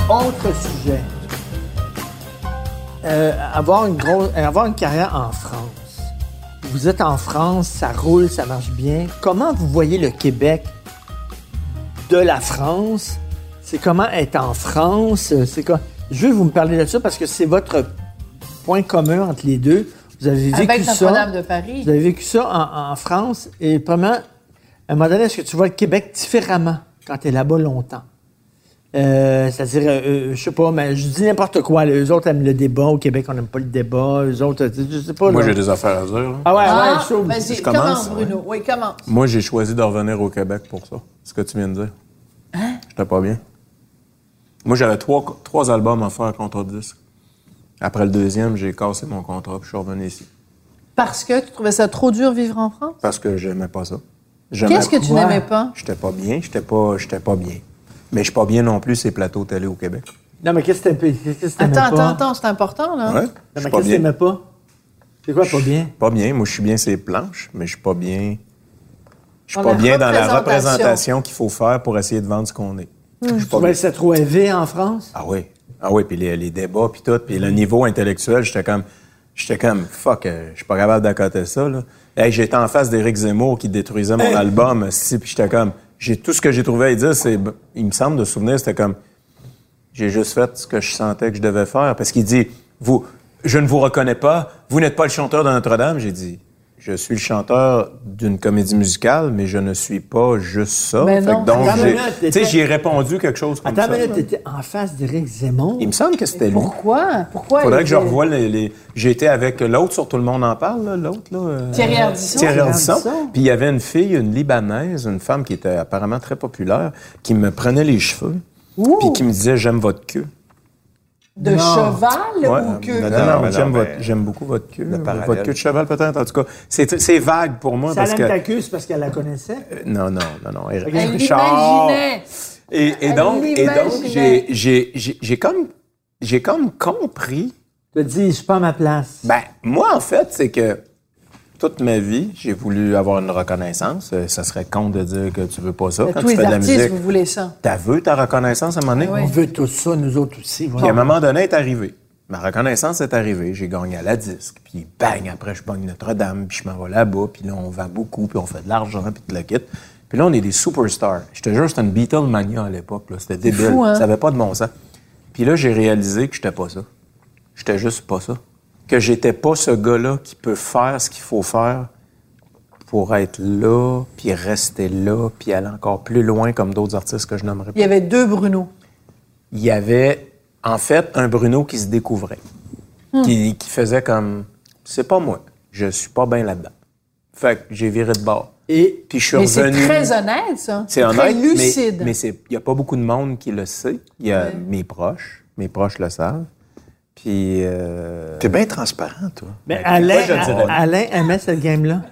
S3: Autre sujet. Euh, avoir, une grosse, euh, avoir une carrière en France. Vous êtes en France, ça roule, ça marche bien. Comment vous voyez le Québec de la France? C'est comment être en France? euh, C'est quoi? Je veux que vous me parler de ça parce que c'est votre point commun entre les deux. Vous avez vécu
S2: Avec
S3: ça.
S2: Notre-Dame de Paris.
S3: Vous avez vécu ça en, en France. Et premièrement, à un moment donné, est-ce que tu vois le Québec différemment quand tu es là-bas longtemps? Euh, C'est-à-dire, euh, euh, je sais pas, mais je dis n'importe quoi. Les Eux autres aiment le débat. Au Québec, on n'aime pas le débat. Eux autres, euh, je sais pas.
S6: Moi,
S3: là.
S6: j'ai des affaires à dire. là.
S3: Ah ouais, ouais,
S2: Ah,
S3: je trouve.
S2: vas-y,
S6: je commence,
S2: commence, Bruno. Oui, commence.
S6: Moi, j'ai choisi de revenir au Québec pour ça. Ce que tu viens de dire. Hein? J'étais pas bien. Moi, j'avais trois, trois albums à faire contre 10. Après le deuxième, j'ai cassé mon contrat puis je suis revenu ici.
S2: Parce que tu trouvais ça trop dur vivre en France?
S6: Parce que j'aimais pas ça. J'aimais
S2: Qu'est-ce que tu
S3: quoi?
S2: n'aimais pas?
S6: J'étais pas bien, j'étais pas, j'étais pas bien. Mais je suis pas bien non plus ces plateaux télé au Québec.
S3: Non, mais qu'est-ce que t'aimes- qu'est-ce que t'aimais
S2: Attends,
S3: pas?
S2: attends, attends, c'est important, là.
S6: Ouais? Je
S3: Non,
S6: suis
S3: mais
S6: pas
S3: qu'est-ce que
S6: bien.
S3: t'aimais pas? C'est quoi, pas bien?
S6: Pas bien. Moi, je suis bien ces planches, mais je suis pas bien. Je suis
S2: Dans
S6: pas
S2: la
S6: bien dans la
S2: représentation.
S6: représentation qu'il faut faire pour essayer de vendre ce qu'on est. Je suis
S3: Tu
S6: pas bien.
S3: trouvais que c'était trop élevé en France?
S6: Ah oui. Ah oui, puis les, les débats, puis tout. Puis le niveau intellectuel, j'étais comme, j'étais comme, fuck, euh, je suis pas capable d'accoter ça, là. Hey, j'étais en face d'Éric Zemmour qui détruisait mon album, si, puis j'étais comme, j'ai tout ce que j'ai trouvé à dire, c'est, il me semble de souvenir, c'était comme, j'ai juste fait ce que je sentais que je devais faire. Parce qu'il dit, vous, je ne vous reconnais pas, vous n'êtes pas le chanteur de Notre-Dame. J'ai dit, je suis le chanteur d'une comédie musicale, mais je ne suis pas juste ça.
S2: Ben
S6: Fait que
S2: non.
S6: donc,
S3: Attends,
S6: j'ai-
S3: mais là,
S6: tu sais,
S3: t'étais-
S6: j'y ai répondu quelque chose comme
S3: Attends,
S6: Ah, ça.
S3: mais là,
S6: là.
S3: t'étais en face d'Éric Zemmour.
S6: Il me semble que c'était lui.
S2: Pourquoi? Pourquoi?
S6: Faudrait
S2: il-
S6: que je revoie les. les- J'ai été avec l'autre sur Tout le monde en parle, là, l'autre, là. euh,
S2: Thierry Ardisson.
S6: Thierry Ardisson.
S3: Ardisson.
S6: Puis il y avait une fille, une Libanaise, une femme qui était apparemment très populaire, qui me prenait les cheveux. Puis qui me disait J'aime votre queue.
S2: De cheval
S6: Ouais,
S2: ou que...
S7: Non,
S6: non, non, non,
S7: non, mais
S6: j'aime
S7: non,
S6: votre-
S7: mais-
S6: j'aime beaucoup votre queue.
S7: parallèle.
S6: Votre queue de cheval, peut-être, en tout cas. C'est c'est vague pour moi
S3: Ça
S6: parce que.
S3: l'aime ta queue, c'est parce qu'elle la connaissait.
S6: Euh, Non, non, non, non. Eric
S2: Elle
S6: Richard.
S2: l'imaginait.
S6: Et, et
S2: Elle
S6: donc, et donc
S2: l'imaginait.
S6: j'ai- j'ai j'ai- j'ai comme, j'ai comme compris
S3: Tu as dit, je suis pas à ma place.
S6: Ben, moi, en fait, c'est que toute ma vie, j'ai voulu avoir une reconnaissance. Euh, Ça serait con de dire que tu veux pas ça.
S2: Mais
S6: Quand
S2: Euh, Tous les
S6: tu fais de la
S2: artistes,
S6: musique,
S2: vous voulez ça.
S6: t'as vu ta reconnaissance à un moment donné?
S2: Ah
S3: On
S2: oui.
S3: veut tout ça, nous autres aussi.
S6: Puis à un
S3: voilà.
S6: moment donné, elle est arrivé. Ma reconnaissance est arrivée. J'ai gagné à la disque. Puis bang, après, je pogne Notre-Dame. Puis je m'en vais là-bas. Puis là, on vend beaucoup. Puis on fait de l'argent. Puis tout le kit. Puis là, on est des superstars. Je te jure, c'était une Beatlemania à l'époque. là. C'était débile.
S2: fou, hein?
S6: Ça avait pas de bon sens. Puis là, j'ai réalisé que j'étais pas ça. J'étais juste pas ça. Que j'étais pas ce gars-là qui peut faire ce qu'il faut faire pour être là, puis rester là, puis aller encore plus loin comme d'autres artistes que je nommerai
S2: Il y avait deux Bruno.
S6: il y avait en fait un Bruno qui se découvrait,
S2: Hmm.
S6: qui, qui faisait comme c'est pas moi, je suis pas bien là-dedans. Fait que j'ai viré de bord.
S3: Et
S6: Puis je suis
S2: Mais c'est
S6: revenu.
S2: très honnête, ça.
S6: C'est
S2: Très
S6: honnête, mais-
S2: lucide.
S6: mais il n'y a pas beaucoup de monde qui le sait. Il y a mes proches, mes proches le savent. Puis euh,
S7: T'es bien transparent, toi.
S3: Mais Alain,
S6: je dirais?
S3: Alain aimait cette game-là.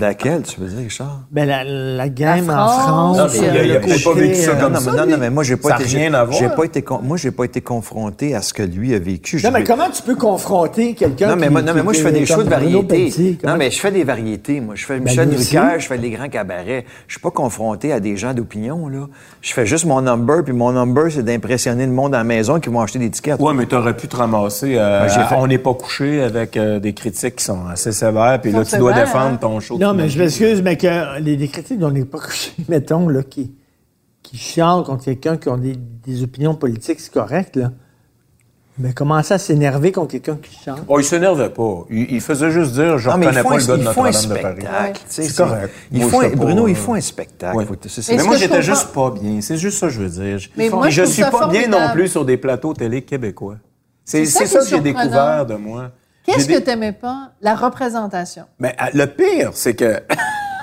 S7: Laquelle, tu veux dire, Richard?
S3: Ben, la, la game
S2: La
S3: en
S2: France,
S3: France.
S2: Non, mais il a- il a
S3: le
S9: peut-être
S3: côté,
S9: pas vécu ça
S3: euh,
S9: comme
S7: non,
S9: ça,
S7: mais, non,
S9: lui.
S7: non, mais moi, j'ai pas
S9: Ça a
S7: été.
S9: rien à
S7: j'ai
S9: voir.
S7: pas été con- moi, j'ai pas été confronté à ce que lui a vécu.
S3: Non,
S7: Je-
S3: mais comment tu peux confronter quelqu'un
S7: Non, mais,
S3: qui-
S7: moi, non, mais moi,
S3: qui-
S7: je fais des
S3: comme
S7: shows de
S3: Bruno Pelletier,
S7: variété. Non,
S3: comment-
S7: mais je fais des variétés, moi. Je fais Michel
S3: nous aussi.
S7: Drucker, je fais des grands cabarets. Je suis pas confronté à des gens d'opinion, là. Je fais juste mon number, puis mon number, c'est d'impressionner le monde à la maison qui vont acheter des tickets.
S6: Ouais, mais t'aurais pu te ramasser. euh,
S7: Ben, j'ai
S6: à-
S7: fait-
S6: On n'est pas couché avec euh, des critiques qui sont assez sévères, puis
S2: Ils
S6: là,
S2: sont
S6: tu dois
S2: sévères, hein?
S6: défendre ton show.
S3: Non, mais je m'excuse, mais que euh, les, les critiques dont on n'est pas couché, mettons, là, qui, qui chialent contre quelqu'un qui a des, des opinions politiques, c'est correct, là. Mais commencer à s'énerver contre quelqu'un qui chante.
S6: Oh, il s'énervait pas. Il, il faisait juste dire je
S7: Non, mais
S6: reconnais
S7: ils font
S6: pas
S7: un,
S6: le gars de
S7: ils font un
S6: Notre-Dame de Paris.
S7: spectacle. tu sais,
S6: C'est correct.
S7: Ils
S6: Moi,
S7: font
S6: je
S7: un-
S6: sais pas,
S7: Bruno,
S6: euh,
S7: ils font un spectacle.
S6: Ouais.
S7: Faut- c'est- c'est-
S2: Est-ce
S6: Mais moi,
S2: que je
S6: j'étais
S2: comprends-
S6: juste pas bien. C'est juste ça que je veux dire. Je-
S2: Mais moi,
S6: Et
S2: je
S6: je
S2: trouve
S6: suis
S2: ça
S6: pas bien
S2: formidable.
S6: non plus sur des plateaux télé québécois.
S2: C'est
S6: C'est
S2: ça
S6: c'est
S2: qui est
S6: ça, que j'ai
S2: surprenant.
S6: découvert de moi.
S2: Qu'est-ce
S6: J'ai
S2: que
S6: des-
S2: t'aimais pas? La représentation.
S6: Mais euh, le pire, c'est que.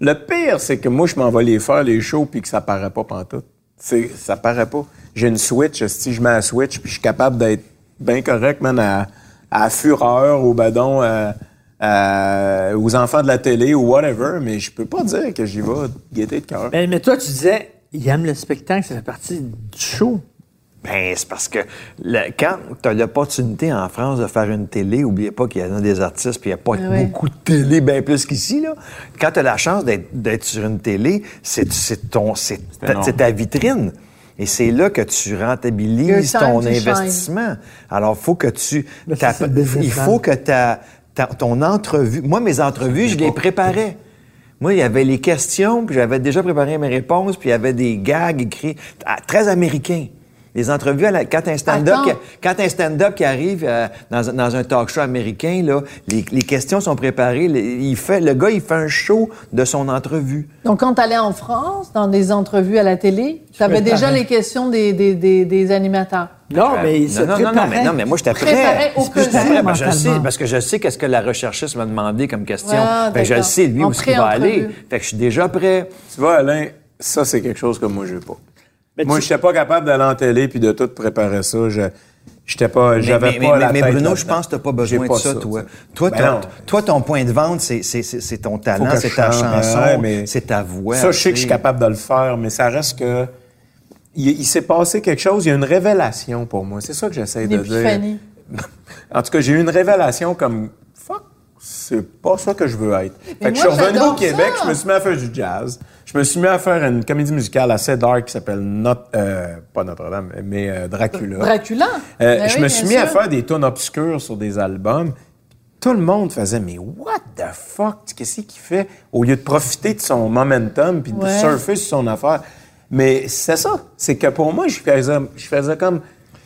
S6: le pire, c'est que moi, je m'en vais les faire, les shows, puis que ça paraît pas pantoute. C'est, ça paraît pas. J'ai une Switch, si je mets la Switch, puis je suis capable d'être bien correct, man, à, à fureur, au badon, à- à- aux enfants de la télé ou whatever, mais je peux pas dire que j'y vais guetter de cœur.
S3: Ben, mais toi, tu disais, il aime le spectacle, ça fait partie du show.
S7: Ben, c'est parce que le- quand tu as l'opportunité en France de faire une télé, oubliez pas qu'il y en a des artistes, puis il n'y a pas
S2: Ah ouais.
S7: beaucoup de télé, bien plus qu'ici. Là. Quand tu as la chance d'être, d'être sur une télé, c'est, c'est, ton, c'est, ta,
S6: énorme.
S7: c'est ta vitrine. Et c'est là que tu rentabilises
S2: Your time
S7: ton
S2: to shine.
S7: investissement. Alors, faut que tu.
S3: Mais Ben, ça,
S7: ta-
S3: c'est le business
S7: il
S3: plan.
S7: faut que ta, ta- ton entrevue. Moi, mes entrevues, je les préparais. Moi, il y avait les questions, puis j'avais déjà préparé mes réponses, puis il y avait des gags écrits Ah, très américains. Les entrevues, à la- quand un stand-up
S2: Attends.
S7: qui, quand un stand-up qui arrive euh, dans, un- dans un talk show américain, là, les, les questions sont préparées. Le, il fait, le gars, il fait un show de son entrevue.
S2: Donc, quand t'allais en France, dans des entrevues à la télé, t'avais
S3: préparais.
S2: déjà les questions des, des, des, des animateurs.
S3: Non, Ah, mais il se
S7: Euh, non, non, non, non, mais, non, mais moi, j'étais
S2: Préparait
S7: prêt.
S2: au
S7: Je
S2: cas
S7: préparais,
S2: où,
S7: parce que je sais,
S3: mentalement.
S7: parce que je sais qu'est-ce que la recherchiste m'a demandé comme question.
S2: Ah,
S7: Fait que je le
S2: d'accord.
S7: sais, lui,
S2: En
S7: où est-ce qu'il va
S2: pré-entrevue.
S7: aller. Fait que je suis déjà prêt.
S6: Tu vois, Alain, ça, c'est quelque chose que moi, je veux pas.
S3: Mais
S6: moi,
S3: tu-
S6: je n'étais pas capable d'aller en télé puis de tout préparer ça. Je j'étais pas
S7: Mais-
S6: j'avais
S7: mais,
S6: pas
S7: mais-
S6: la
S7: mais
S6: tête
S7: Bruno,
S6: là-dedans.
S7: je pense que tu n'as pas
S6: J'ai
S7: besoin de ça,
S6: ça,
S7: toi.
S6: tu sais.
S7: Toi,
S6: Ben
S7: ton,
S6: non.
S7: toi, ton point de vente, c'est, c'est, c'est, c'est ton
S6: Faut
S7: talent,
S6: que
S7: c'est
S6: je
S7: ta
S6: chante,
S7: chanson,
S6: ouais, mais
S7: c'est ta voix.
S6: Ça, je sais
S7: tu
S6: que je suis
S7: sais.
S6: capable de le faire, mais ça reste que. Il, il s'est passé quelque chose, il y a une révélation pour moi. C'est ça que j'essaie
S2: Une
S6: de
S2: épiphanie.
S6: dire. En tout cas, j'ai eu une révélation comme fuck, c'est pas ça que je veux être.
S2: Mais
S6: fait que je suis
S2: moi,
S6: revenu
S2: j'adore
S6: au Québec,
S2: ça.
S6: je me suis mis à faire du jazz. Je me suis mis à faire une comédie musicale assez dark qui s'appelle Not, euh, pas Notre-Dame, mais euh, Dracula.
S2: Dracula.
S6: Euh,
S2: Ben
S6: je
S2: oui,
S6: me
S2: bien
S6: suis mis à
S2: sûr.
S6: faire des tonnes obscures sur des albums. Tout le monde faisait, mais what the fuck, qu'est-ce qu'il fait? Au lieu de profiter de son momentum puis de
S2: Ouais.
S6: surfer sur son affaire. Mais c'est ça. C'est que pour moi, je faisais, je faisais comme,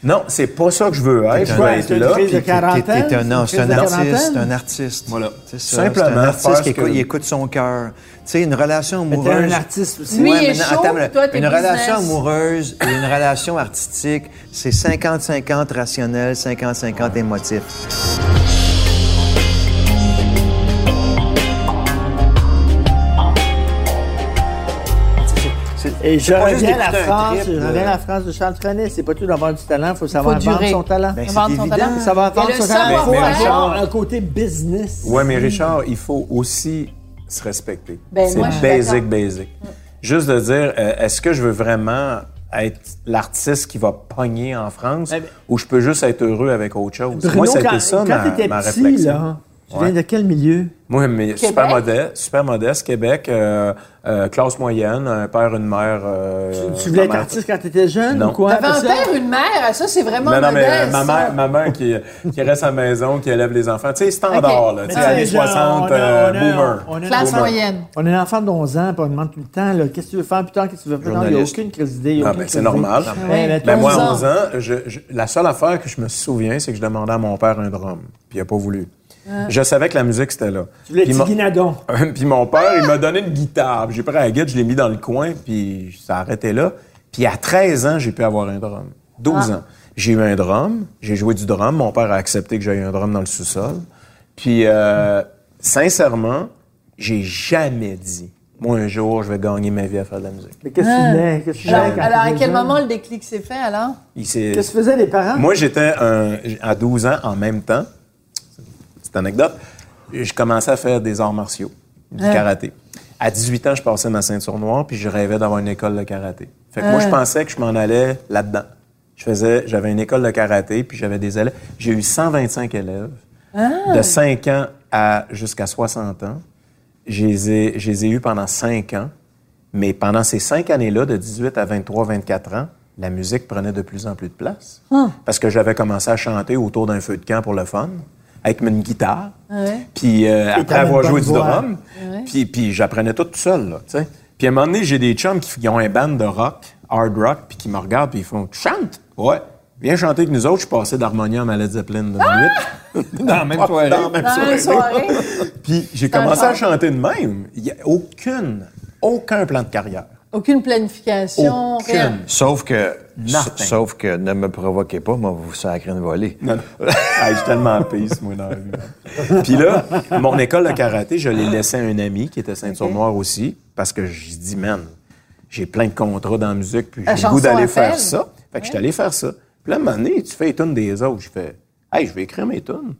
S6: non, c'est pas ça que je veux être. Je veux
S3: Ouais,
S6: être
S3: t'es une
S6: là.
S3: crise de
S6: puis-
S7: T'es- t'es
S3: quarantaine.
S7: un- non, c'est
S3: une
S7: un
S3: crise de
S7: artiste,
S3: quarantaine.
S7: un artiste.
S6: Voilà.
S7: C'est ça,
S6: Simplement
S7: c'est un
S6: faire
S7: artiste qui
S6: ce
S7: écoute,
S6: que-
S7: il écoute son cœur. Tu sais, une relation
S3: Mais t'es un
S7: amoureuse.
S3: artiste aussi.
S2: Lui,
S7: Ouais,
S2: il est
S7: mais non,
S2: chaud,
S7: attends, mais
S2: toi, t'es
S7: une relation
S2: business.
S7: amoureuse et une relation artistique, c'est 50-50 rationnel, 50-50 émotif.
S3: Et je
S7: pas juste
S3: reviens à la
S7: d'écouter un
S3: France,
S7: trip,
S3: je
S7: là.
S3: reviens à la France de Charles Trenet. C'est pas tout d'avoir du talent, il faut savoir
S2: durer.
S3: vendre son talent.
S7: Ben, c'est
S2: Vendre son
S7: évident.
S2: talent.
S3: Ça va
S2: Et
S3: vendre
S2: le
S3: son talent,
S2: savoir
S3: mais il
S6: faire.
S3: faut avoir un côté business.
S6: Ouais, mais Richard, il faut aussi se respecter.
S2: Ben,
S6: c'est
S2: moi, je suis
S6: basic,
S2: d'accord. Mm.
S6: basic. Juste de dire, euh, est-ce que je veux vraiment être l'artiste qui va pogner en France
S3: Eh ben-
S6: ou je peux juste être heureux avec autre chose?
S3: Bruno,
S6: moi, c'était
S3: quand,
S6: ça
S3: quand
S6: ma,
S3: t'étais
S6: ma
S3: petit,
S6: réflexion.
S3: là, tu
S6: Ouais.
S3: viens de quel milieu?
S6: Moi, mais super modeste, super modeste, Québec, euh, euh, classe moyenne, un père, une mère. euh,
S3: tu voulais
S6: ma
S3: être
S6: mère-
S3: artiste quand t'étais jeune
S6: Non.
S3: ou quoi?
S2: T'avais un
S3: Parce que-
S2: père, une mère. Ça, c'est vraiment
S6: Non, non, mais euh,
S2: modeste.
S6: ma mère, ma mère qui, qui reste à la maison, qui élève les enfants. Tu sais, standard,
S2: Ok.
S6: là. Tu
S3: Mais
S6: sais,
S3: tu sais,
S6: années
S3: genre,
S6: 60,
S3: on a- on
S6: euh,
S3: a-
S6: boomer.
S3: on a-
S2: Classe
S6: Boomer.
S2: moyenne.
S3: On est un enfant de 11 ans, puis on demande tout le temps, là, qu'est-ce que tu veux faire plus tard, qu'est-ce que tu veux faire plus tard? Il n'y a
S7: Journaliste.
S3: aucune crise d'idée. il y a
S6: Ah,
S3: aucune
S6: ben,
S3: crise
S6: c'est
S3: d'idée.
S6: normal.
S2: Ouais.
S3: mais
S6: Mais
S3: toi,
S6: Ben, moi,
S2: Onze
S6: à
S2: ans.
S6: 11 ans, je- je- la seule affaire que je me souviens, c'est que je demandais à mon père un drum. Puis il n'a pas voulu. Je savais que la musique, c'était là.
S3: tu voulais
S6: Puis
S3: être
S6: mon-
S3: Guinadon.
S6: puis mon père, il m'a donné une guitare. Puis J'ai pris la guitare, je l'ai mis dans le coin, puis ça arrêtait là. Puis à 13 ans, j'ai pu avoir un drum. 12 ans. J'ai eu un drum, j'ai joué du drum. Mon père a accepté que j'aie un drum dans le sous-sol. Puis, euh, sincèrement, j'ai jamais dit, moi, un jour, je vais gagner ma vie à faire de la musique.
S3: Mais qu'est-ce que tu voulais? Qu'est-ce que tu voulais
S2: Alors,
S3: quand
S2: alors, à
S3: t'étais
S2: quel
S3: jeune?
S2: moment le déclic s'est fait, alors?
S6: Il s'est-
S3: Qu'est-ce que faisaient les parents?
S6: Moi, j'étais un- à 12 ans en même temps. C'est une anecdote. Je commençais à faire des arts martiaux. du karaté. À 18 ans, je passais ma ceinture noire, puis je rêvais d'avoir une école de karaté. Fait que moi, je pensais que je m'en allais là-dedans. Je faisais, j'avais une école de karaté, puis j'avais des élèves. J'ai eu 125 élèves de 5 ans à jusqu'à 60 ans. Je les ai, je les ai eus pendant 5 ans. Mais pendant ces cinq années-là, de 18 à 23, 24 ans, la musique prenait de plus en plus de place. Parce que j'avais commencé à chanter autour d'un feu de camp pour le fun, avec une guitare. Puis euh, après
S3: t'avais
S6: avoir
S3: une
S6: joué du
S3: bonne voix.
S6: drum, puis, puis j'apprenais tout, tout seul. Là, tu sais. puis à un moment donné, j'ai des chums qui, qui ont un band de rock, hard rock, puis qui me regardent, puis ils font Tu chantes Ouais. Viens chanter avec nous autres. Je suis passé d'harmonium à Led Zeppelin de minute. Ah! dans la même soirée. Dans la même
S2: Dans la soirée.
S6: Puis j'ai commencé à chanter de même. Il n'y a aucune, aucun plan de carrière.
S2: Aucune planification, rien.
S6: Aucune.
S7: Sauf que,
S6: Martin.
S7: sauf que ne me provoquez pas, moi, vous sacrez une volée.
S6: Non, non. Ah, je suis tellement pisse, moi, dans la vie. Puis là, mon école de karaté, je l'ai laissé à un ami qui était ceinture noire aussi, parce que je dis, man, j'ai plein de contrats dans la musique, puis
S2: La
S6: j'ai le goût
S2: chanson
S6: d'aller
S2: appelle.
S6: faire ça. Fait que je suis allé faire ça. Puis là, à un moment donné, tu fais les tunes des autres. Je fais, hey, je vais écrire mes tunes.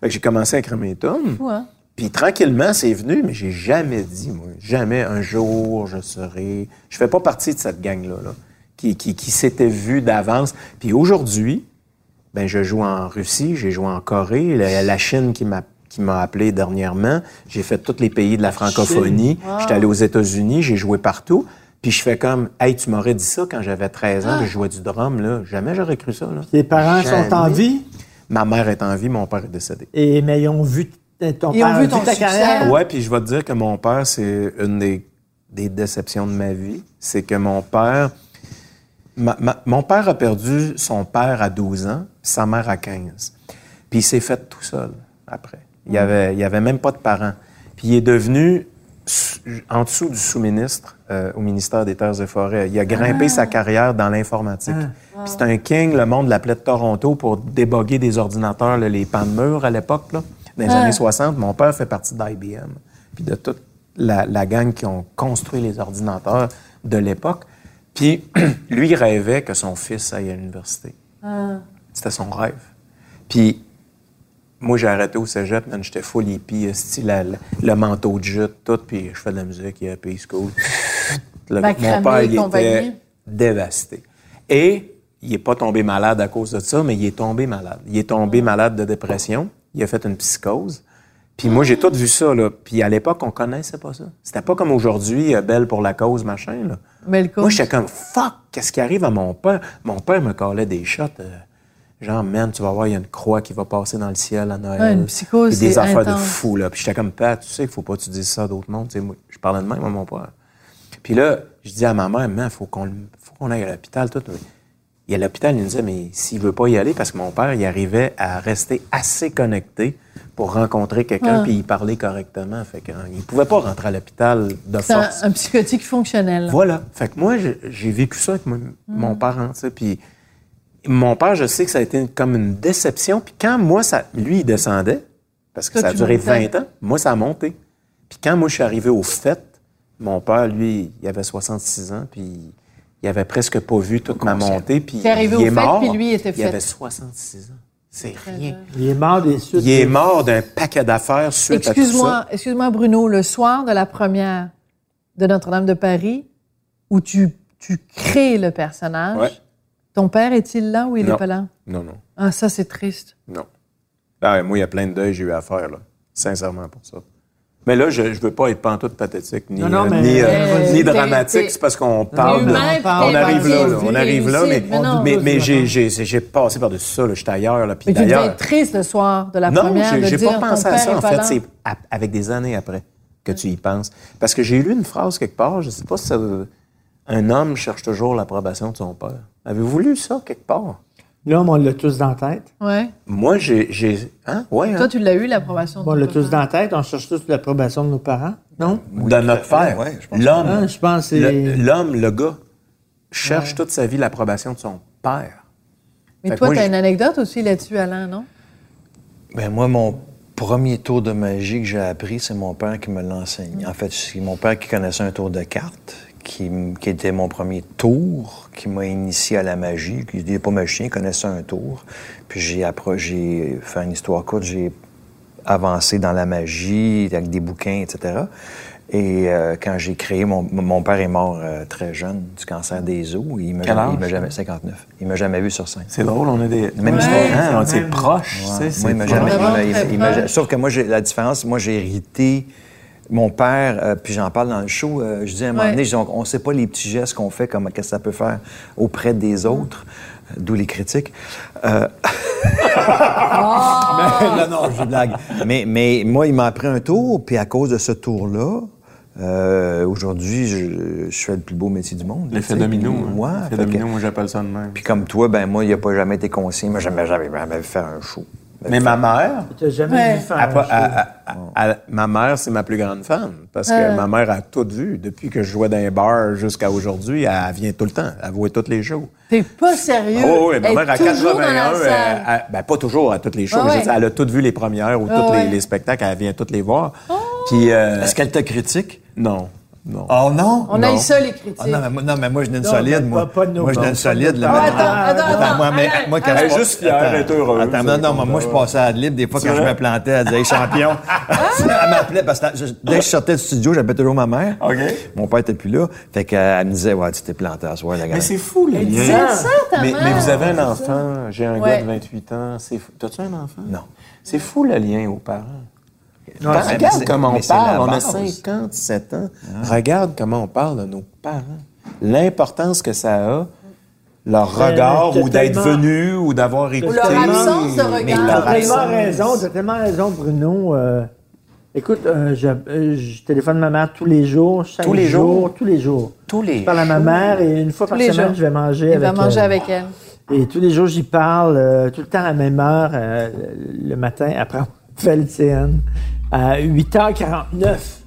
S6: Fait que j'ai commencé à écrire mes tunes.
S2: hein?
S6: Puis tranquillement, c'est venu, mais j'ai jamais dit, moi, jamais un jour je serai. Je fais pas partie de cette gang-là, là, qui, qui, qui s'était vue d'avance. Puis aujourd'hui, ben, je joue en Russie, j'ai joué en Corée, la, la Chine qui m'a qui m'a appelé dernièrement. J'ai fait tous les pays de la francophonie. J'étais allé aux États-Unis, j'ai joué partout. Puis je fais comme, hey, tu m'aurais dit ça quand j'avais 13 ans, que je jouais du drum, là. Jamais j'aurais cru ça, là.
S3: Ah. Tes parents sont en
S6: Jamais.
S3: vie,
S6: Ma mère est en vie, mon père est décédé.
S3: et, mais ils ont vu t- ton
S2: Ils ont
S3: père a
S2: vu ton
S3: ta
S2: succès.
S3: carrière.
S6: Ouais, puis je vais te dire que mon père, c'est une des, des déceptions de ma vie. C'est que mon père. ma- ma- mon père a perdu son père à 12 ans, sa mère à 15. Puis il s'est fait tout seul après. Il n'y avait, il y avait même pas de parents. Puis il est devenu sous- en dessous du sous-ministre euh, au ministère des Terres et Forêts. Il a grimpé sa carrière dans l'informatique. Puis c'est un king, le monde l'appelait de Toronto pour déboguer des ordinateurs, là, les pans de mur à l'époque, là, dans les années 60. Mon père fait partie d'IBM, puis de toute la, la gang qui ont construit les ordinateurs de l'époque. Puis lui, il rêvait que son fils aille à l'université. C'était son rêve. Puis moi, j'ai arrêté au cégep, man, j'étais full hippie, esti, la- la- le manteau de jute, tout, puis je fais de la musique, yeah, puis cool. Le-
S2: Macramé,
S6: mon père, il
S2: compagnie.
S6: était dévasté. Et il n'est pas tombé malade à cause de ça, mais il est tombé malade. Il est tombé malade de dépression, il a fait une psychose. Puis moi, j'ai tout vu ça, là. Puis à l'époque, on connaissait pas ça. C'était pas comme aujourd'hui, euh, Belle pour la cause, machin, là.
S2: Mais le
S6: Moi,
S2: coach-
S6: j'étais comme fuck, qu'est-ce qui arrive à mon père? Mon père me collait des shots. euh, genre, man, tu vas voir, il y a une croix qui va passer dans le ciel à Noël.
S2: Ouais, une psychose,
S6: Puis des
S2: c'est
S6: affaires
S2: intense.
S6: de fou, là. Puis j'étais comme, Pat, tu sais qu'il faut pas que tu dises ça à d'autres mondes. Tu sais, moi, je parlais de même à mon père. Puis là, je dis à ma mère, man, faut qu'on, le- faut qu'on aille à l'hôpital, tout. Mais Et à l'hôpital, il me disait, mais s'il veut pas y aller, parce que mon père, il arrivait à rester assez connecté pour rencontrer quelqu'un puis y parler correctement. Fait que, hein, il pouvait pas rentrer à l'hôpital de
S2: C'est un,
S6: force.
S2: un psychotique fonctionnel.
S6: Voilà. Fait que moi, je- j'ai vécu ça avec mon,
S2: Mm.
S6: mon parent, tu sais, puis mon père, je sais que ça a été comme une déception. Puis quand moi, ça, lui, il descendait, parce que
S2: Toi,
S6: ça a
S2: tu
S6: duré
S2: montais.
S6: 20 ans, moi, ça a monté. Puis quand moi, je suis arrivé au fait, mon père, lui, il avait 66 ans, puis il avait presque pas vu toute ma montée, puis il
S2: T'es arrivé au
S6: est
S2: fait,
S6: mort.
S2: puis lui, il était
S6: Il
S2: fait. Euh,
S6: avait 66 ans. C'est rien.
S3: Il est mort des suites.
S6: Il est mort d'un paquet d'affaires suite à tout ça.
S2: Excuse-moi, excuse-moi, Bruno, le soir de la première de Notre-Dame de Paris, où tu, tu crées le personnage,
S6: Ouais.
S2: ton père est-il là ou il n'est
S6: Non.
S2: pas là?
S6: Non, non.
S2: Ah, ça, c'est triste.
S6: Non. Ah, moi, il y a plein de deuils que j'ai eu à faire, là. Sincèrement, pour ça. Mais là, je ne veux pas être pantoute pathétique, ni,
S3: Non, non,
S6: euh,
S3: mais-
S6: ni, euh,
S2: Mais-
S6: ni
S2: t'es-
S6: dramatique.
S2: t'es-
S6: C'est parce qu'on parle. de-
S2: humain,
S6: on
S2: t'es
S6: arrive là, là,
S2: émotif,
S6: on arrive là, mais,
S2: émotif, mais non.
S6: mais, mais j'ai- j'ai j'ai passé par-dessus ça, là, j'étais ailleurs. Là, puis
S2: Mais tu devais
S6: d'ailleurs,
S2: être triste le soir de la
S6: non,
S2: première
S6: j'ai-
S2: de
S6: j'ai
S2: dire
S6: pas pensé
S2: ton
S6: à
S2: père
S6: ça.
S2: est
S6: En
S2: pas
S6: fait,
S2: là.
S6: c'est à- avec des années après que tu y penses. Parce que j'ai lu une phrase quelque part, je sais pas si ça veut- Un homme cherche toujours l'approbation de son père. Avez-vous lu ça quelque part?
S3: Là, on l'a tous dans la tête.
S2: Ouais.
S6: Moi, j'ai- j'ai. Hein? Ouais, hein?
S2: Toi, tu l'as eu, l'approbation. de
S3: On
S2: ton
S3: l'a tous
S2: père.
S3: dans la tête. On cherche tous l'approbation de nos parents. Non?
S6: de notre père.
S10: ouais, je pense que-
S6: L'homme,
S3: Hein, je pense que
S6: le-
S3: c'est-
S6: l'homme, le gars, cherche toute sa vie l'approbation de son père.
S2: Mais
S6: Fait que
S2: toi,
S6: moi,
S2: tu as
S6: je-
S2: une anecdote aussi là-dessus, Alain, non?
S7: Ben moi, mon premier tour de magie que j'ai appris, c'est mon père qui me
S6: Mm.
S7: l'enseigne. En fait, c'est mon père qui connaissait un tour de cartes, qui, m- qui était mon premier tour, qui m'a initié à la magie. Il n'est pas magicien, il connaissait un tour. Puis j'ai appro- j'ai fait une histoire courte, j'ai avancé dans la magie, avec des bouquins, etc. Et euh, quand j'ai créé, mon, mon père est mort euh, très jeune du cancer des os. Il m'a
S6: Quel
S7: jamais, il
S6: âge?
S7: m'a jamais 59. Il m'a jamais vu sur scène.
S6: C'est drôle, on a des.
S7: Même
S6: Ouais.
S7: histoire,
S6: Hein, on- C'est proche, tu sais.
S7: Moi,
S6: c'est
S7: il m'a
S6: proche.
S7: jamais. il
S2: vraiment
S7: m'a- il m'a-
S2: très
S7: il m'a-
S2: proche.
S7: Sauf que moi, j'ai la différence, moi, j'ai hérité. Mon père, euh, puis j'en parle dans le show, euh, je dis à un moment
S2: Ouais.
S7: donné, je dis, on ne sait pas les petits gestes qu'on fait, comme qu'est-ce que ça peut faire auprès
S2: Mm.
S7: des autres, euh, d'où les critiques. Euh,
S2: Ah!
S7: mais, non, non, je blague. Mais, mais moi, il m'a pris un tour, puis à cause de ce tour-là, euh, aujourd'hui, je, je fais le plus beau métier du monde.
S6: L'effet
S7: tu sais,
S6: domino.
S7: puis
S6: hein.
S7: moi, fait
S6: L'effet
S7: que-
S6: domino, moi, j'appelle ça de même.
S7: puis comme toi, ben moi, il n'a pas jamais été conscient. Moi, jamais, jamais, jamais vu faire un show. Ben,
S6: Mais ma mère,
S3: Tu n'as jamais
S2: Ouais.
S3: vu faire
S6: elle a
S3: un
S6: pas-
S3: show.
S6: elle- elle- elle- ma mère, c'est ma plus grande fan. Parce que ma mère a tout vu. Depuis que je jouais dans les bars jusqu'à aujourd'hui, elle vient tout le temps. Elle voit tous les shows.
S2: T'es pas sérieux.
S6: Oh, oui, ma
S2: Elle
S6: mère à
S2: est toujours dans la
S6: 81, elle-
S2: salle.
S6: elle- ben, pas toujours à toutes les shows.
S2: Ah
S6: mais je
S2: ouais.
S6: veux dire, elle a toutes vu les premières ou
S2: Ah
S6: tous les,
S2: ouais. Oh.
S6: les spectacles. Elle vient toutes les voir. Puis, euh,
S7: Est-ce qu'elle te critique?
S6: non, non.
S7: Oh non!
S2: On a eu ça, les critiques.
S7: Ah, non, mais, moi- non, mais moi, je n'ai une
S3: Non,
S7: solide,
S3: mais
S7: moi.
S3: pas- pas de nos
S7: moi, je n'ai une
S3: bandes.
S7: solide.
S3: Ah,
S7: Là, maintenant.
S2: attends, attends, attends,
S7: moi, mais,
S2: arrête,
S7: moi, quand
S2: arrête.
S7: je
S6: Elle est
S7: passe-
S6: juste fière, elle est heureuse.
S7: Attends, non, non, moi, moi, je passais à la libre. Des fois, quand je me plantais, elle disait, hey, champion. elle m'appelait parce que je- dès que je sortais du studio, j'appelais toujours ma mère.
S6: OK.
S7: Mon père était plus là. Fait qu'elle me disait, ouais, tu t'es planté à soir, la gars.
S6: Mais c'est fou, les liens.
S2: disait ça, ta
S6: mais,
S2: mère.
S6: mais vous avez un enfant. J'ai un
S2: Ouais.
S6: gars de 28 ans. C'est fou. T'as-tu un enfant?
S7: Non.
S6: C'est fou, le lien aux parents.
S3: Non,
S6: Ben,
S7: mais
S6: regarde
S7: c'est-
S6: comment
S7: mais
S6: on
S7: c'est la
S6: parle. On a
S7: base.
S6: 57 ans. Regarde comment on parle de nos parents. L'importance que ça a, leur
S3: Ben,
S6: regard,
S3: t'as
S6: ou d'être
S3: tellement-
S6: venu, ou d'avoir écouté.
S2: leur absence de
S6: Mais
S2: regard.
S6: leur
S2: T'as
S3: T'as tellement
S6: absence.
S3: raison, t'as tellement raison, Bruno. Euh, écoute, euh, je, euh, je téléphone ma mère tous les jours, chaque
S6: Tous les
S3: jour,
S6: jours?
S3: tous les jours.
S6: Tous les
S3: Je parle à ma
S6: jours.
S3: mère et une fois par
S2: les
S3: semaine,
S2: jours.
S3: je vais manger
S2: Il
S3: avec
S2: va manger
S3: elle.
S2: avec elle.
S3: Et tous les jours, j'y parle, euh, tout le temps à la même heure, euh, le matin, après avoir fait le TN, à 8h49.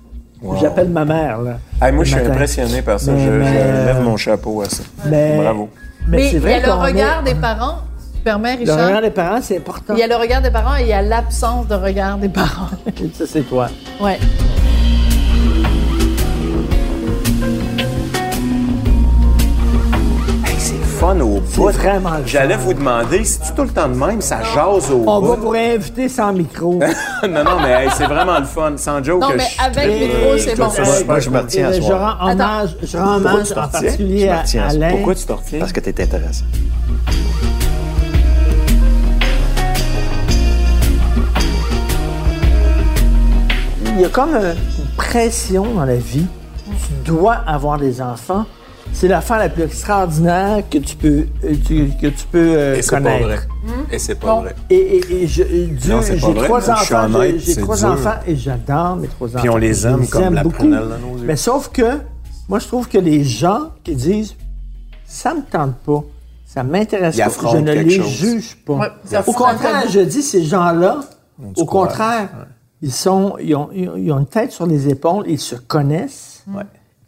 S3: J'appelle ma mère, là.
S6: Ah, moi,
S3: le
S6: je suis
S3: matin.
S6: impressionné par ça.
S3: Mais-
S6: je, je
S3: mais-
S6: lève mon chapeau à ça.
S3: Mais-
S6: Bravo.
S3: Mais
S2: Mais
S3: c'est
S2: il y
S3: vrai
S2: a le
S3: qu'on est-
S2: regard des parents. Tu permets,
S3: Le regard
S2: Richard?
S3: des parents, c'est important.
S2: Il y a le regard des parents et il y a l'absence de regard des parents.
S3: Ça, c'est toi.
S2: ouais.
S6: Hey, c'est fun au bout.
S3: C'est vraiment le
S6: J'allais
S3: fun.
S6: vous demander, c'est tout le temps de même, ça jase au
S3: On va
S6: bout.
S3: vous réinviter sans micro.
S6: non, non, mais hey, c'est vraiment le fun. Sans joke,
S2: Non,
S6: que
S2: mais
S6: je
S2: avec
S6: tripe,
S2: micro,
S6: euh,
S2: c'est
S6: je
S2: bon.
S6: trouve ça
S3: Moi,
S6: super
S7: je me retiens.
S3: Et
S7: à
S3: je
S7: soir.
S3: rends hommage, je rends
S6: Pourquoi
S3: hommage
S6: tu te
S3: en
S6: retiens?
S3: particulier
S7: Je me
S3: à
S7: retiens à soir.
S3: Alain.
S6: Pourquoi tu te retiens?
S7: Parce que t'es intéressant.
S3: Il y a comme un- une pression dans la vie. Tu dois avoir des enfants. C'est l'affaire la plus extraordinaire que tu peux, euh, tu- que tu peux euh,
S6: Et c'est pas
S3: connaître.
S6: vrai. Et c'est pas vrai.
S3: Et, et, et je- et Dieu,
S6: Non, c'est
S3: j'ai
S6: pas vrai,
S3: trois
S6: mais je suis
S3: enfants, j'ai-
S6: honnête,
S3: j'ai
S6: c'est
S3: trois
S6: dur.
S3: enfants et j'adore mes trois enfants.
S6: on les
S3: Je
S6: aime comme la
S3: beaucoup.
S6: prunelle de nos yeux.
S3: Mais sauf que, moi, je trouve que les gens qui disent ça me tente pas, ça m'intéresse
S6: Ils
S3: pas, je
S6: affrontent
S3: ne
S6: quelque
S3: les
S6: chose.
S3: juge pas.
S2: Ouais, ils
S3: au
S2: affrontent
S3: contraire,
S2: la vie.
S3: je dis ces gens-là,
S6: du
S3: au
S6: courage,
S3: contraire, ils sont, ils ont, ils ont- ils ont une tête sur les épaules, ils se
S2: Mm.
S3: connaissent.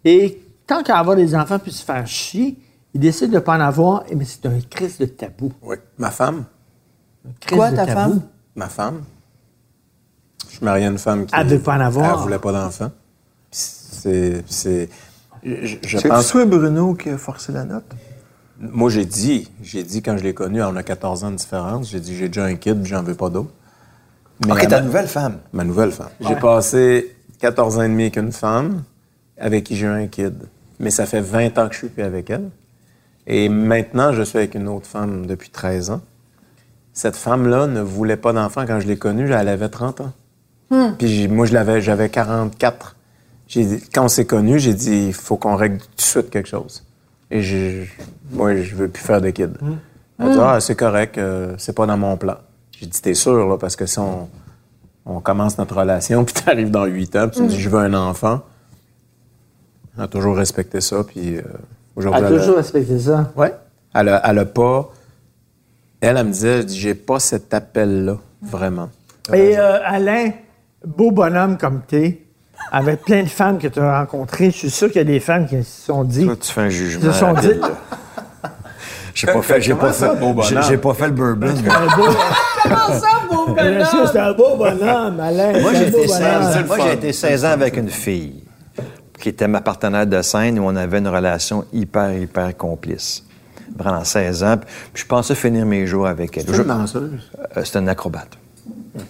S3: Et tant qu'à avoir des enfants puis se faire chier, ils décident de pas en avoir, et- mais c'est un crise de tabou.
S6: Oui. Ma femme,
S3: Crise
S2: Quoi,
S3: de
S2: ta
S3: tabou.
S2: femme?
S6: ma femme, je suis marié à une femme qui.
S3: Elle veut pas en avoir.
S6: Elle voulait pas d'enfant. Puis C'est. c'est- Je, je
S7: C'est
S6: pense.
S7: toi, Bruno, qui a forcé la note?
S6: Moi, j'ai dit, j'ai dit quand je l'ai connue, on a 14 ans de différence, j'ai dit j'ai déjà un kid, puis j'en veux pas d'autre. Mais
S7: OK,
S6: elle
S7: ta
S6: m'a-
S7: nouvelle femme.
S6: Ma nouvelle femme. J'ai passé 14 ans et demi avec une femme avec qui j'ai eu un kid. Mais ça fait 20 ans que je suis plus avec elle. Et maintenant, je suis avec une autre femme depuis 13 ans. Cette femme-là ne voulait pas d'enfant quand je l'ai connue. Elle avait 30 ans. Puis j'ai- moi, je l'avais, j'avais 44. J'ai dit- quand on s'est connus, j'ai dit, il faut qu'on règle tout de suite quelque chose. Et j'ai- moi, je veux plus faire de kid.
S3: Hmm.
S6: Elle dit, ah, c'est correct, euh, c'est pas dans mon plan. J'ai dit, t'es sûr, là, parce que si on, on commence notre relation, puis t'arrives dans 8 ans, puis tu me dis, je veux un enfant. Elle a toujours respecté ça, puis euh, aujourd'hui,
S3: Elle a
S6: elle a-
S3: toujours respecté ça.
S6: Ouais. Elle a, elle a pas. Elle, elle me disait, elle dit, j'ai pas cet appel-là, vraiment.
S3: Et euh, Alain, beau bonhomme comme t'es, avec plein de femmes que tu as rencontrées, je suis sûr qu'il y a des femmes qui se sont dit.
S7: Toi, tu fais un jugement.
S3: Ils se sont
S7: rapide,
S3: dit-
S7: là. J'ai pas fait, j'ai pas fait, j'ai- j'ai pas fait le bourbon.
S3: Monsieur, C'est un beau bonhomme, Alain.
S7: Moi,
S3: c'est
S7: j'ai
S3: un beau
S7: été, 16,
S3: bonhomme.
S7: moi, j'ai été 16 ans avec une fille qui était ma partenaire de scène où on avait une relation hyper, hyper complice. Pendant 16 ans, puis je pensais finir mes jours avec elle. Je-
S6: danseuse.
S7: euh, C'était une acrobate.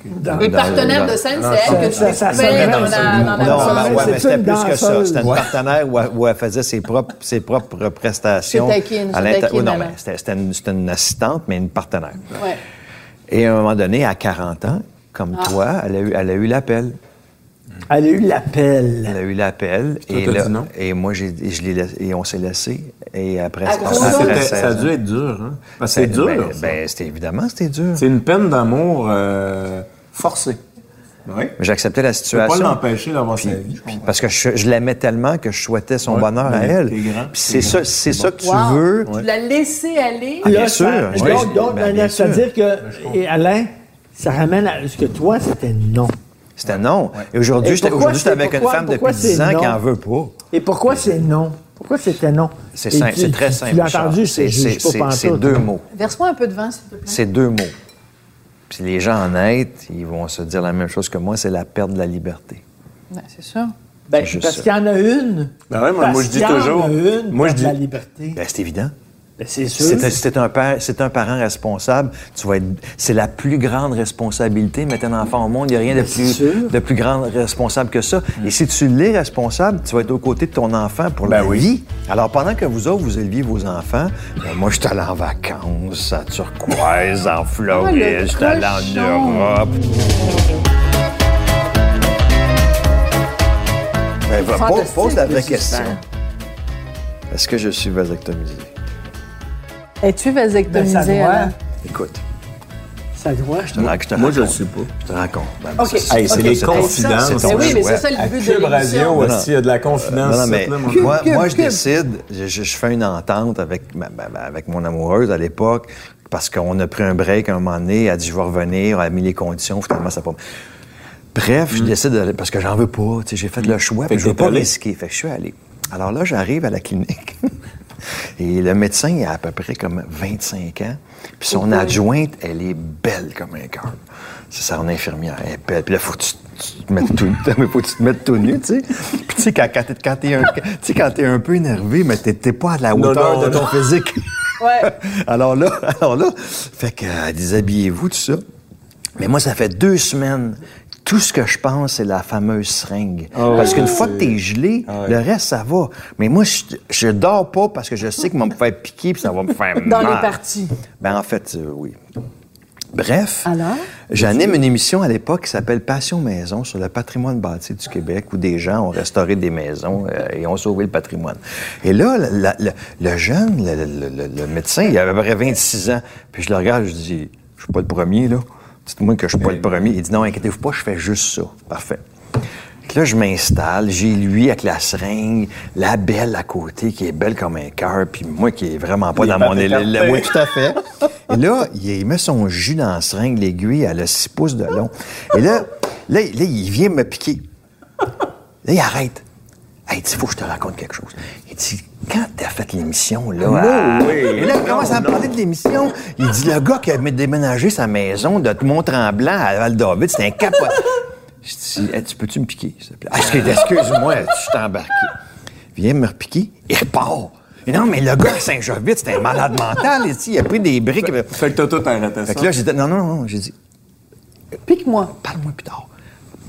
S2: Une partenaire de scène, c'est elle que tu
S3: ça- ça- ça-
S2: découvrais
S3: ça-
S2: dans la- dans la
S3: Non,
S2: danseuse.
S3: mais
S7: ben ouais,
S3: c'est
S7: mais c'était
S3: une
S7: plus que ça.
S3: danseuse.
S7: C'était une partenaire où, elle- où elle faisait ses propres, ses propres prestations.
S2: C'était qui, une-
S7: à l'inter-
S2: c'était qui,
S7: Oui, non,
S2: maman?
S7: mais c'était c'était une, c'était une assistante, mais une partenaire.
S2: Ouais.
S7: Et à un moment donné, à 40 ans, comme
S2: Ah.
S7: toi, elle a eu, elle a eu l'appel.
S3: Elle a eu l'appel.
S7: Elle a eu l'appel. Et,
S6: t'as
S7: là-
S6: dit non?
S7: et moi, j'ai, et je l'ai laissé- et on s'est laissé. Et après,
S2: À
S3: Ah,
S6: Ah,
S7: après
S2: gros
S7: après
S2: c'était-
S6: Ça a
S7: 16 ans,
S6: dû être dur, hein? Parce que c'est dur.
S7: Ben,
S6: ça.
S7: ben, c'était évidemment, c'était dur.
S6: c'est une peine d'amour euh, forcée. Oui.
S7: Mais J'acceptais la
S6: Tu peux pas
S7: situation.
S6: l'empêcher d'avoir sa vie.
S7: Parce que je, je l'aimais tellement que je souhaitais son
S6: Ouais,
S7: bonheur à
S6: mais
S7: elle.
S6: t'es grand,
S7: Puis c'est
S6: t'es
S7: ça,
S6: grand,
S7: c'est ça que tu
S2: Wow.
S7: veux.
S2: Tu l'as laissé aller.
S7: Ah, bien
S3: Là,
S7: sûr.
S3: ça-
S7: Oui.
S3: donc, donc,
S7: Ben, bien sûr.
S3: c'est-à-dire que, et Alain, ça ramène à ce que toi, c'était non.
S7: C'était non. Et aujourd'hui,
S3: Et
S7: j'étais
S3: pourquoi
S7: aujourd'hui,
S3: c'est-
S7: j'étais avec
S3: pourquoi-
S7: une femme
S3: pourquoi
S7: depuis 10
S3: c'est
S7: ans qui
S3: non?
S7: en veut pas.
S3: Et pourquoi c'est non? Pourquoi c'était non?
S7: C'est
S3: Et
S7: simple,
S3: tu-
S7: c'est très
S3: tu-
S7: simple.
S3: Tu l'as
S7: Charles.
S3: entendu,
S7: c'est
S3: c'est
S7: c'est-
S3: juste pas
S7: c'est- c'est
S3: pantoute, hein.
S7: deux
S6: hein.
S3: là.
S7: mots.
S2: Verse-moi un peu de vent, s'il te plaît.
S7: C'est deux mots. Puis les gens en être, ils vont se dire la même chose que moi, c'est la perte de la liberté.
S2: Ouais, c'est sûr.
S3: Ben,
S7: juste
S3: parce
S7: ça.
S3: qu'il y en a une.
S6: Ben ouais, moi,
S3: Parce
S6: moi, je dis
S3: qu'il y en
S6: toujours.
S3: a une
S6: Moi, je
S3: pour la
S6: dis-
S3: liberté.
S7: Ben, c'est évident.
S3: Ben, c'est sûr.
S7: C'est un, c'est un père, c'est un parent responsable. Tu vas être, c'est la plus grande responsabilité. Mettre un enfant au monde, il n'y a rien de
S3: c'est
S7: plus,
S3: sûr.
S7: de plus grand responsable que ça. Et si tu l'es responsable, tu vas être aux côtés de ton enfant pour
S2: Ben
S7: la vie. Alors pendant que vous autres, vous éleviez vos enfants, ben, moi, je suis allé en vacances à Turquoise, en Floride,
S2: Ah, le
S7: je suis allé en
S2: cochon.
S7: Europe. Ben, va- pose,
S2: Fantastique,
S7: pose la vraie
S2: le succès.
S7: question. Est-ce que je suis vasectomisé?
S2: Es-tu
S3: Ben, ça
S2: vasectomisée,
S3: doit.
S2: Alain?
S7: Écoute.
S3: Ça doit, je te
S7: Là, que je te
S6: Moi, je le
S7: raconte.
S6: sais pas.
S7: Je te raconte. Ben,
S2: OK.
S7: ça, c'est-
S6: Hey, c'est
S2: OK.
S6: les
S2: Ça,
S6: confidences.
S2: c'est- Mais oui, mais c'est ça
S7: À
S2: le but
S6: Cube
S2: de
S6: Radio
S2: l'émission.
S6: aussi, il y a de la confidence.
S7: Non, non,
S6: ça,
S7: mais
S6: là, mon-
S7: moi,
S2: Cube,
S7: moi, je
S2: Cube.
S7: décide, je, je- je fais une entente avec, ma- ma- ma- avec mon amoureuse à l'époque, parce qu'on a pris un break à un moment donné, elle a dit je vais revenir, elle a mis les conditions, finalement ça a pas. Bref, je décide d'aller, parce que j'en veux pas, tu sais, j'ai fait le choix, puis
S6: Mm. que
S7: je veux
S6: t'es
S7: pas
S6: allé.
S7: risquer, fait que je suis allé. Alors là, j'arrive à la clinique, et le médecin, il a à peu près comme 25 ans, puis son adjointe, elle est belle comme un cœur. C'est son infirmière, elle est belle, puis là, faut que tu, tu te mettes tout, mais faut que tu te mettes tout nu, tu sais. Puis tu sais, quand, quand t'es- quand t'es un, tu sais, quand t'es un peu énervé, mais t'es t'es pas à la
S6: Non,
S7: hauteur
S6: non,
S7: de ton
S6: non.
S7: physique.
S2: Ouais.
S7: alors là, alors là, fait que euh, déshabillez-vous, tout ça. Mais moi, ça fait deux semaines. Tout ce que je pense, c'est la fameuse seringue. parce qu'une fois que t'es gelé, le reste, ça va. Mais moi, je, je dors pas parce que je sais que vont me faire piquer puis ça va me faire
S2: Dans
S7: mal.
S3: Ah.
S2: les parties.
S7: Ben, en fait, euh, oui. Bref,
S2: Alors?
S7: j'anime une émission à l'époque qui s'appelle Passion Maison sur le patrimoine bâti du Québec où des gens ont restauré des maisons euh, et ont sauvé le patrimoine. Et là, la- la- le- le jeune, le, le- le- le médecin, il avait à peu près 26 ans. Puis je le regarde, je dis Je suis pas le premier, là. Dites-moi que je suis pas le premier. Il dit Non, inquiétez-vous pas, je fais juste ça. Parfait. Fait que Là, je m'installe, j'ai lui avec la seringue, la belle à côté qui est belle comme un cœur, puis moi qui est vraiment pas dans mon
S6: papiers
S7: élan.
S6: cartons.
S7: Oui, tout à fait. Et là, il il met son jus dans la seringue, l'aiguille, elle a 6 pouces de long. Et là, là, il- là, il vient me piquer. Là, il arrête. Hey, il dit, faut que je te raconte quelque chose. Il dit, quand t'as fait l'émission, là... à- Et là, il commence à me parler de l'émission. Il dit, le gars qui a déménagé sa maison de Mont-Tremblant à Val-David, c'est un capot. Je dis, Hey, tu peux-tu me piquer, s'il te plaît? Ah, excuse- Excuse-moi, je t'ai embarqué. Il vient me repiquer, il repart. Et Non, mais le gars à Saint-Jovite, c'est un malade mental, ici. Il a pris des briques.
S6: Fait que t'as tout arrêté ça.
S7: Fait que là, j'ai dit, non, non, non, j'ai dit,
S2: Pique-moi.
S7: parle-moi plus tard.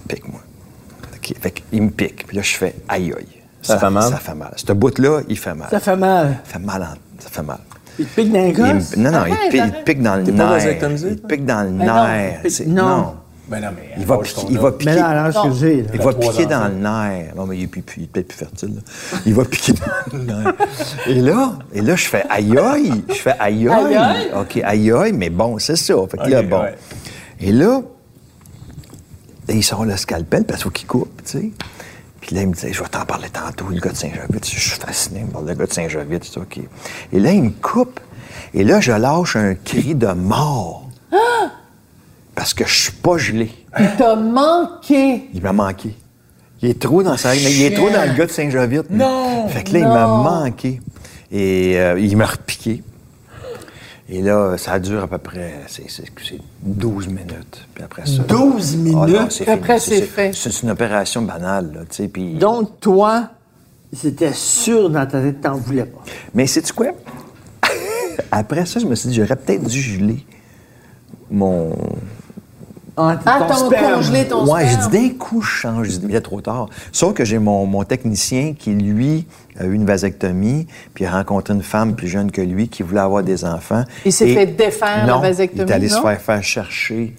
S7: Pique-moi. OK. Fait qu'il me pique. Puis là, je fais aïe aïe.
S6: Ça fait mal?
S7: Ça fait mal. Ce bout-là, il fait mal.
S3: Ça fait mal.
S7: Ça fait mal. en- Ça fait mal.
S3: Il te pique d'un
S7: Il
S3: gosse.
S7: me- non, non,
S2: Arrête,
S7: il, te pique, il
S2: arrête.
S7: te pique dans le
S6: T'es pas
S7: nerf.
S6: vasectomisé,
S7: Il te pique dans le
S2: non,
S7: nerf.
S3: pique-
S7: C'est-
S3: Ben non.
S6: Ben non, mais.
S7: Il va,
S6: approche
S7: piquer,
S6: ton
S7: il va
S6: homme.
S7: piquer.
S3: Mais là, alors, excusez. là.
S7: Il va
S6: trois
S7: piquer
S6: enfants.
S7: dans le nerf. Non, mais il est, plus- plus- il est peut-être plus fertile. là. Il va piquer dans le nerf. Et là, et là, je fais aïe aïe. Je fais aïe aïe.
S2: Aïe aïe.
S7: OK, aïe aïe, mais bon, c'est ça. Fait que là,
S6: Ok,
S7: bon.
S6: ouais.
S7: Et là, là, il sort le scalpel parce qu'il faut qu'il coupe, tu sais. Puis là, il me dit, je vais t'en parler tantôt, le gars de Saint-Jovite. Je suis fasciné par le gars de Saint-Jovite. Je dis, OK. Et là, il me coupe. Et là, je lâche un cri de mort. Parce que je suis pas gelé.
S2: Il t'a manqué.
S7: Il m'a manqué. Il est trop dans sa mais il est trop dans le gars de Saint-Jovite. Non! Fait que là, il m'a manqué. Et euh, il m'a repiqué. Et là, ça dure à peu près c'est, c'est- c'est 12 minutes. Puis après ça.
S3: 12
S7: Ah non,
S3: minutes?
S7: c'est
S2: Après,
S7: fini.
S2: c'est fait.
S7: C'est une opération banale, là, tu sais. Puis...
S3: Donc, toi, c'était sûr dans ta tête que t'en voulais pas.
S7: Mais sais-tu quoi? Après ça, je me suis dit, j'aurais peut-être dû geler mon,
S3: Ah,
S11: Ah,
S3: ton
S11: t'as
S3: sperme.
S11: congelé ton
S7: Ouais, j'ai
S11: sperme.
S7: dit d'un coup, je change. J'ai dit, mais il est trop tard. Sauf que j'ai mon, mon technicien qui, lui, a eu une vasectomie, puis a rencontré une femme plus jeune que lui qui voulait avoir des enfants.
S2: Il s'est
S7: Et-
S2: fait défaire la
S7: Non,
S2: vasectomie,
S7: Il est allé
S2: non?
S7: se faire faire chercher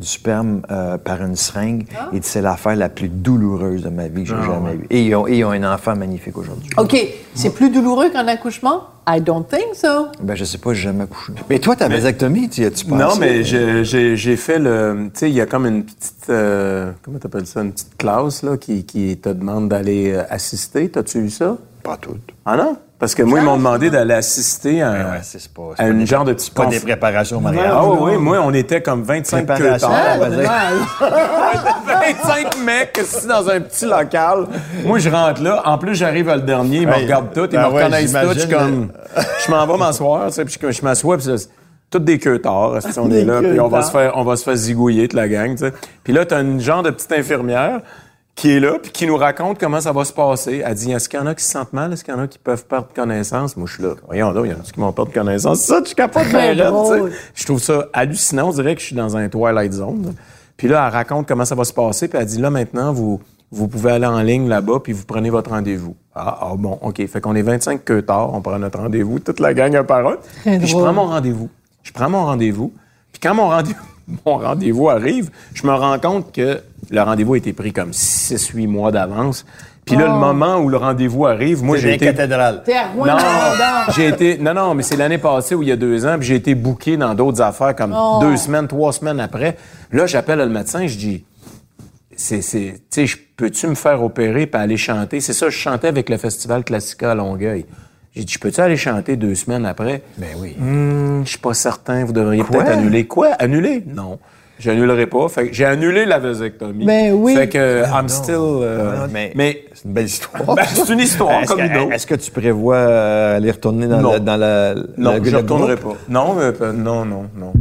S7: du sperme euh, par une seringue.
S2: Ah.
S7: Il dit, c'est l'affaire la plus douloureuse de ma vie que
S6: Ah,
S7: j'ai jamais eue. Et ils, ont, et ils ont un enfant magnifique aujourd'hui.
S2: OK, c'est plus douloureux qu'un accouchement? I don't think so.
S7: Ben, je sais pas, j'ai jamais couché. Mais toi, ta vasectomie, tu y as-tu pensé?
S6: Non, mais je- j'ai j'ai fait le. Tu sais, il y a comme une petite. euh, comment t'appelles ça? Une petite classe, là, qui, qui te demande d'aller euh, assister. T'as-tu eu ça?
S10: Pas toutes.
S6: Ah non? Parce que moi, ils m'ont demandé d'aller assister à,
S10: Ben Ouais, ouais, c'est- c'est pas- c'est
S6: à
S10: pas
S6: une
S10: des-
S6: genre de petit
S10: Pas des préparations au mariage.
S6: Ah oui, oui, moi, on était comme 25
S7: Préparation
S2: Ah,
S6: queues
S7: à
S6: tard.
S7: Ah, la vasectomie.
S10: Ah.
S6: 25 mecs assis dans un petit local. Moi, je rentre là. En plus, j'arrive à le dernier. Ils me
S10: Ouais.
S6: regardent tout. Ils
S10: Ben
S6: me
S10: ouais,
S6: reconnaissent tout. Je suis
S10: j'imagine,
S6: comme... Je m'en vais m'asseoir. tu sais, Puis je, je m'assois. Puis c'est- toutes des queues tard. est-ce que On est
S3: Des
S6: là.
S3: queues
S6: Puis on va,
S3: tard.
S6: se faire, on va se faire zigouiller, toute la gang. tu sais. Puis là, t'as une genre de petite infirmière qui est là, puis qui nous raconte comment ça va se passer. Elle dit, est-ce qu'il y en a qui se sentent mal? Est-ce qu'il y en a qui peuvent perdre connaissance? Moi, je suis là. Voyons là, il y en a qui vont perdre connaissance. Ça, je suis capable de
S2: Ben
S6: raide, tu sais.
S2: drôle.
S6: Je trouve ça hallucinant. On dirait que je suis dans un Twilight Zone. Puis là, elle raconte comment ça va se passer. Puis elle dit, là, maintenant, vous, vous pouvez aller en ligne là-bas, puis vous prenez votre rendez-vous. Ah, ah, bon, OK. Fait qu'on est 25 que tard. On prend notre rendez-vous, toute la gang un par un. Puis je
S2: drôle.
S6: prends mon rendez-vous. Je prends mon rendez-vous. Puis quand mon rendez-vous mon rendez-vous arrive, je me rends compte que le rendez-vous a été pris comme 6-8 mois d'avance. Puis
S2: Oh.
S6: là, le moment où le rendez-vous arrive, moi, j'ai
S10: J'ai
S6: été...
S10: cathédrale.
S2: T'es à Rouen,
S6: Non,
S2: Noranda.
S6: j'ai été. Non, non, mais c'est l'année passée où il y a deux ans, puis j'ai été booké dans d'autres affaires comme
S2: Oh.
S6: deux semaines, trois semaines après. Là, j'appelle le médecin, je dis. C'est, c'est, tu sais, je- peux-tu me faire opérer puis aller chanter? C'est ça, je chantais avec le Festival Classica à Longueuil. J'ai dit, je peux-tu aller chanter deux semaines après? Ben oui. je suis pas certain, vous devriez peut-être annuler. Quoi? Annuler? Non. J'annulerai pas. Fait que j'ai annulé la vasectomie.
S2: Ben oui.
S6: Fait que, euh,
S7: Ah
S6: I'm still. euh,
S7: Mais-
S6: mais
S7: C'est une belle histoire.
S6: Ben, c'est une histoire
S7: Est-ce
S6: comme
S7: que-
S6: une autre.
S7: Est-ce que tu prévois euh, aller retourner dans,
S6: Non.
S7: la, dans la.
S6: Non,
S7: la-
S6: je
S7: le
S6: retournerai
S7: groupe?
S6: pas. Non, mais, euh, non, non, non.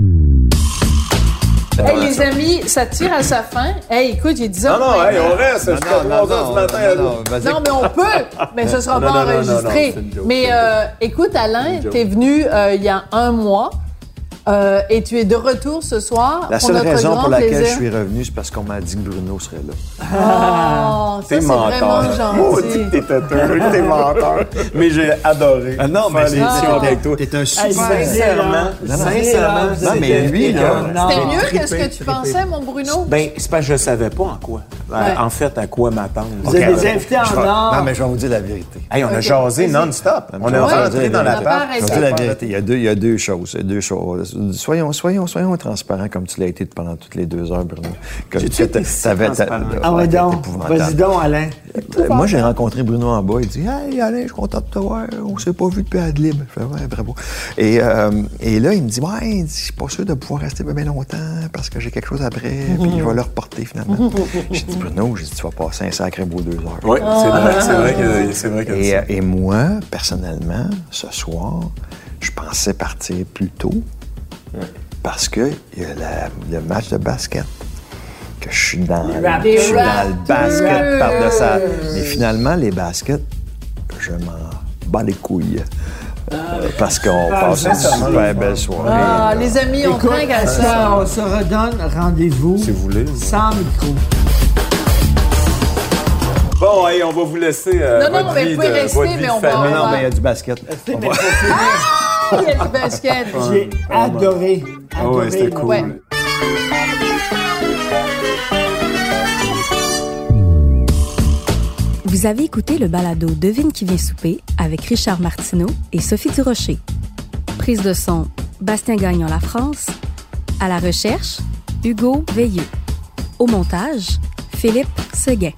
S2: Hey, les amis, ça tire à sa fin. Hey, écoute, il est 10
S6: Non,
S2: heures.
S6: non, hey, on reste. Ah, C'est
S7: Non,
S6: pas
S7: non,
S6: 3 heures
S7: non,
S6: du matin.
S7: non,
S6: là.
S7: non, vas-y.
S2: Non, mais on peut, mais ce sera
S6: Non,
S2: pas
S6: non, non, non, non,
S2: enregistré.
S6: c'est une joke,
S2: mais
S6: c'est une
S2: euh, écoute, Alain,
S6: joke.
S2: t'es venu euh, il y a un mois euh, et tu es de retour ce soir
S7: La
S2: pour
S7: seule
S2: notre
S7: raison
S2: grand
S7: pour laquelle
S2: plaisir.
S7: je suis revenu, c'est parce qu'on m'a dit que Bruno serait là.
S2: Oh, ça, c'est
S6: T'es
S2: vraiment
S6: menteur. Maudit
S2: gentil.
S6: que t'es têteux, t'es menteur. Mais j'ai adoré.
S7: Ah, non, mais
S6: faire
S7: c'est-
S6: l'émission avec toi.
S10: T'es un
S3: Hey,
S6: Sincèrement,
S3: Non, non.
S6: sincèrement.
S7: Non, mais
S6: c'était
S7: lui, là,
S6: écœurant.
S3: non.
S2: C'était
S3: Ah,
S2: mieux que ce
S3: trippé,
S2: que tu
S3: trippé.
S2: pensais, mon Bruno.
S6: Ben, c'est parce que je savais pas en quoi. À-
S2: Ouais.
S6: En fait, à quoi m'attendre.
S3: Vous avez
S6: Ok,
S3: des
S6: alors.
S3: invités en
S7: Je vais- Non,
S3: or.
S7: mais je vais vous dire la vérité.
S6: Hey, on a jasé non-stop. On est
S7: Je vais vous
S6: rentré
S7: dire
S6: dans la
S2: vérité.
S6: table.
S2: part.
S7: Je vais vous dire la vérité. Il y a deux, il y a deux choses. il y a deux choses. Soyons, soyons, soyons transparents comme tu l'as été pendant toutes les deux heures, Bruno. Comme
S6: J'ai-tu été
S7: t'a-
S6: si
S7: t'avais- t'a-
S6: transparent?
S7: ouais,
S3: Ah ouais,
S7: t'es
S3: donc.
S7: épouvantable.
S3: Vas-y donc, Alain.
S7: Euh, Moi, j'ai rencontré Bruno en bas. Il dit Hey, Alain, je suis content de te voir. On s'est pas vu depuis Adlib. Je fais Ouais, bravo. Et, euh, et là, il me dit Ouais, il dit, je suis pas sûr de pouvoir rester bien longtemps parce que j'ai quelque chose après. Puis il va le reporter finalement. j'ai dit Bruno, j'ai dit, tu vas passer un sacré beau deux heures.
S6: Oui, c'est vrai,
S2: Ah.
S6: c'est vrai que c'est vrai que
S7: Et,
S6: ça.
S7: euh, et moi, personnellement, ce soir, je pensais partir plus tôt parce que il y a la- le match de basket. Que je suis dans,
S3: Raptors.
S7: je suis dans le
S2: Les
S7: basket
S2: Raptors.
S7: par de ça. Mais finalement, les baskets, je m'en bats les couilles. Euh, parce qu'on passe une super belle soirée.
S2: Ah, les amis, on
S3: Écoute,
S6: euh,
S2: trinque à ça.
S3: ça, on se redonne rendez-vous
S6: Si vous voulez.
S3: sans micro.
S6: Bon, hey, on va vous laisser. euh,
S2: Non, non,
S6: votre
S2: mais vous
S6: vie
S2: pouvez
S6: de-
S2: rester,
S6: votre vie
S2: mais
S6: de
S2: on va-
S6: famille.
S7: Non, non, mais il y a du basket.
S3: C'est mes profils.
S2: Ah, Il y a du basket.
S3: J'ai adoré.
S6: Ah ouais,
S3: adoré.
S6: c'était cool.
S2: Ouais.
S12: Vous avez écouté le balado Devine qui vient souper avec Richard Martineau et Sophie Durocher. Prise de son, Bastien Gagnon La France. À la recherche, Hugo Veilleux. Au montage, Philippe Seguin.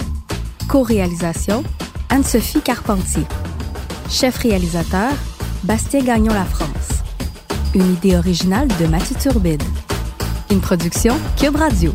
S12: Co-réalisation, Anne-Sophie Carpentier. Chef réalisateur, Bastien Gagnon La France. Une idée originale de Mathieu Turbide. Une production Cube Radio.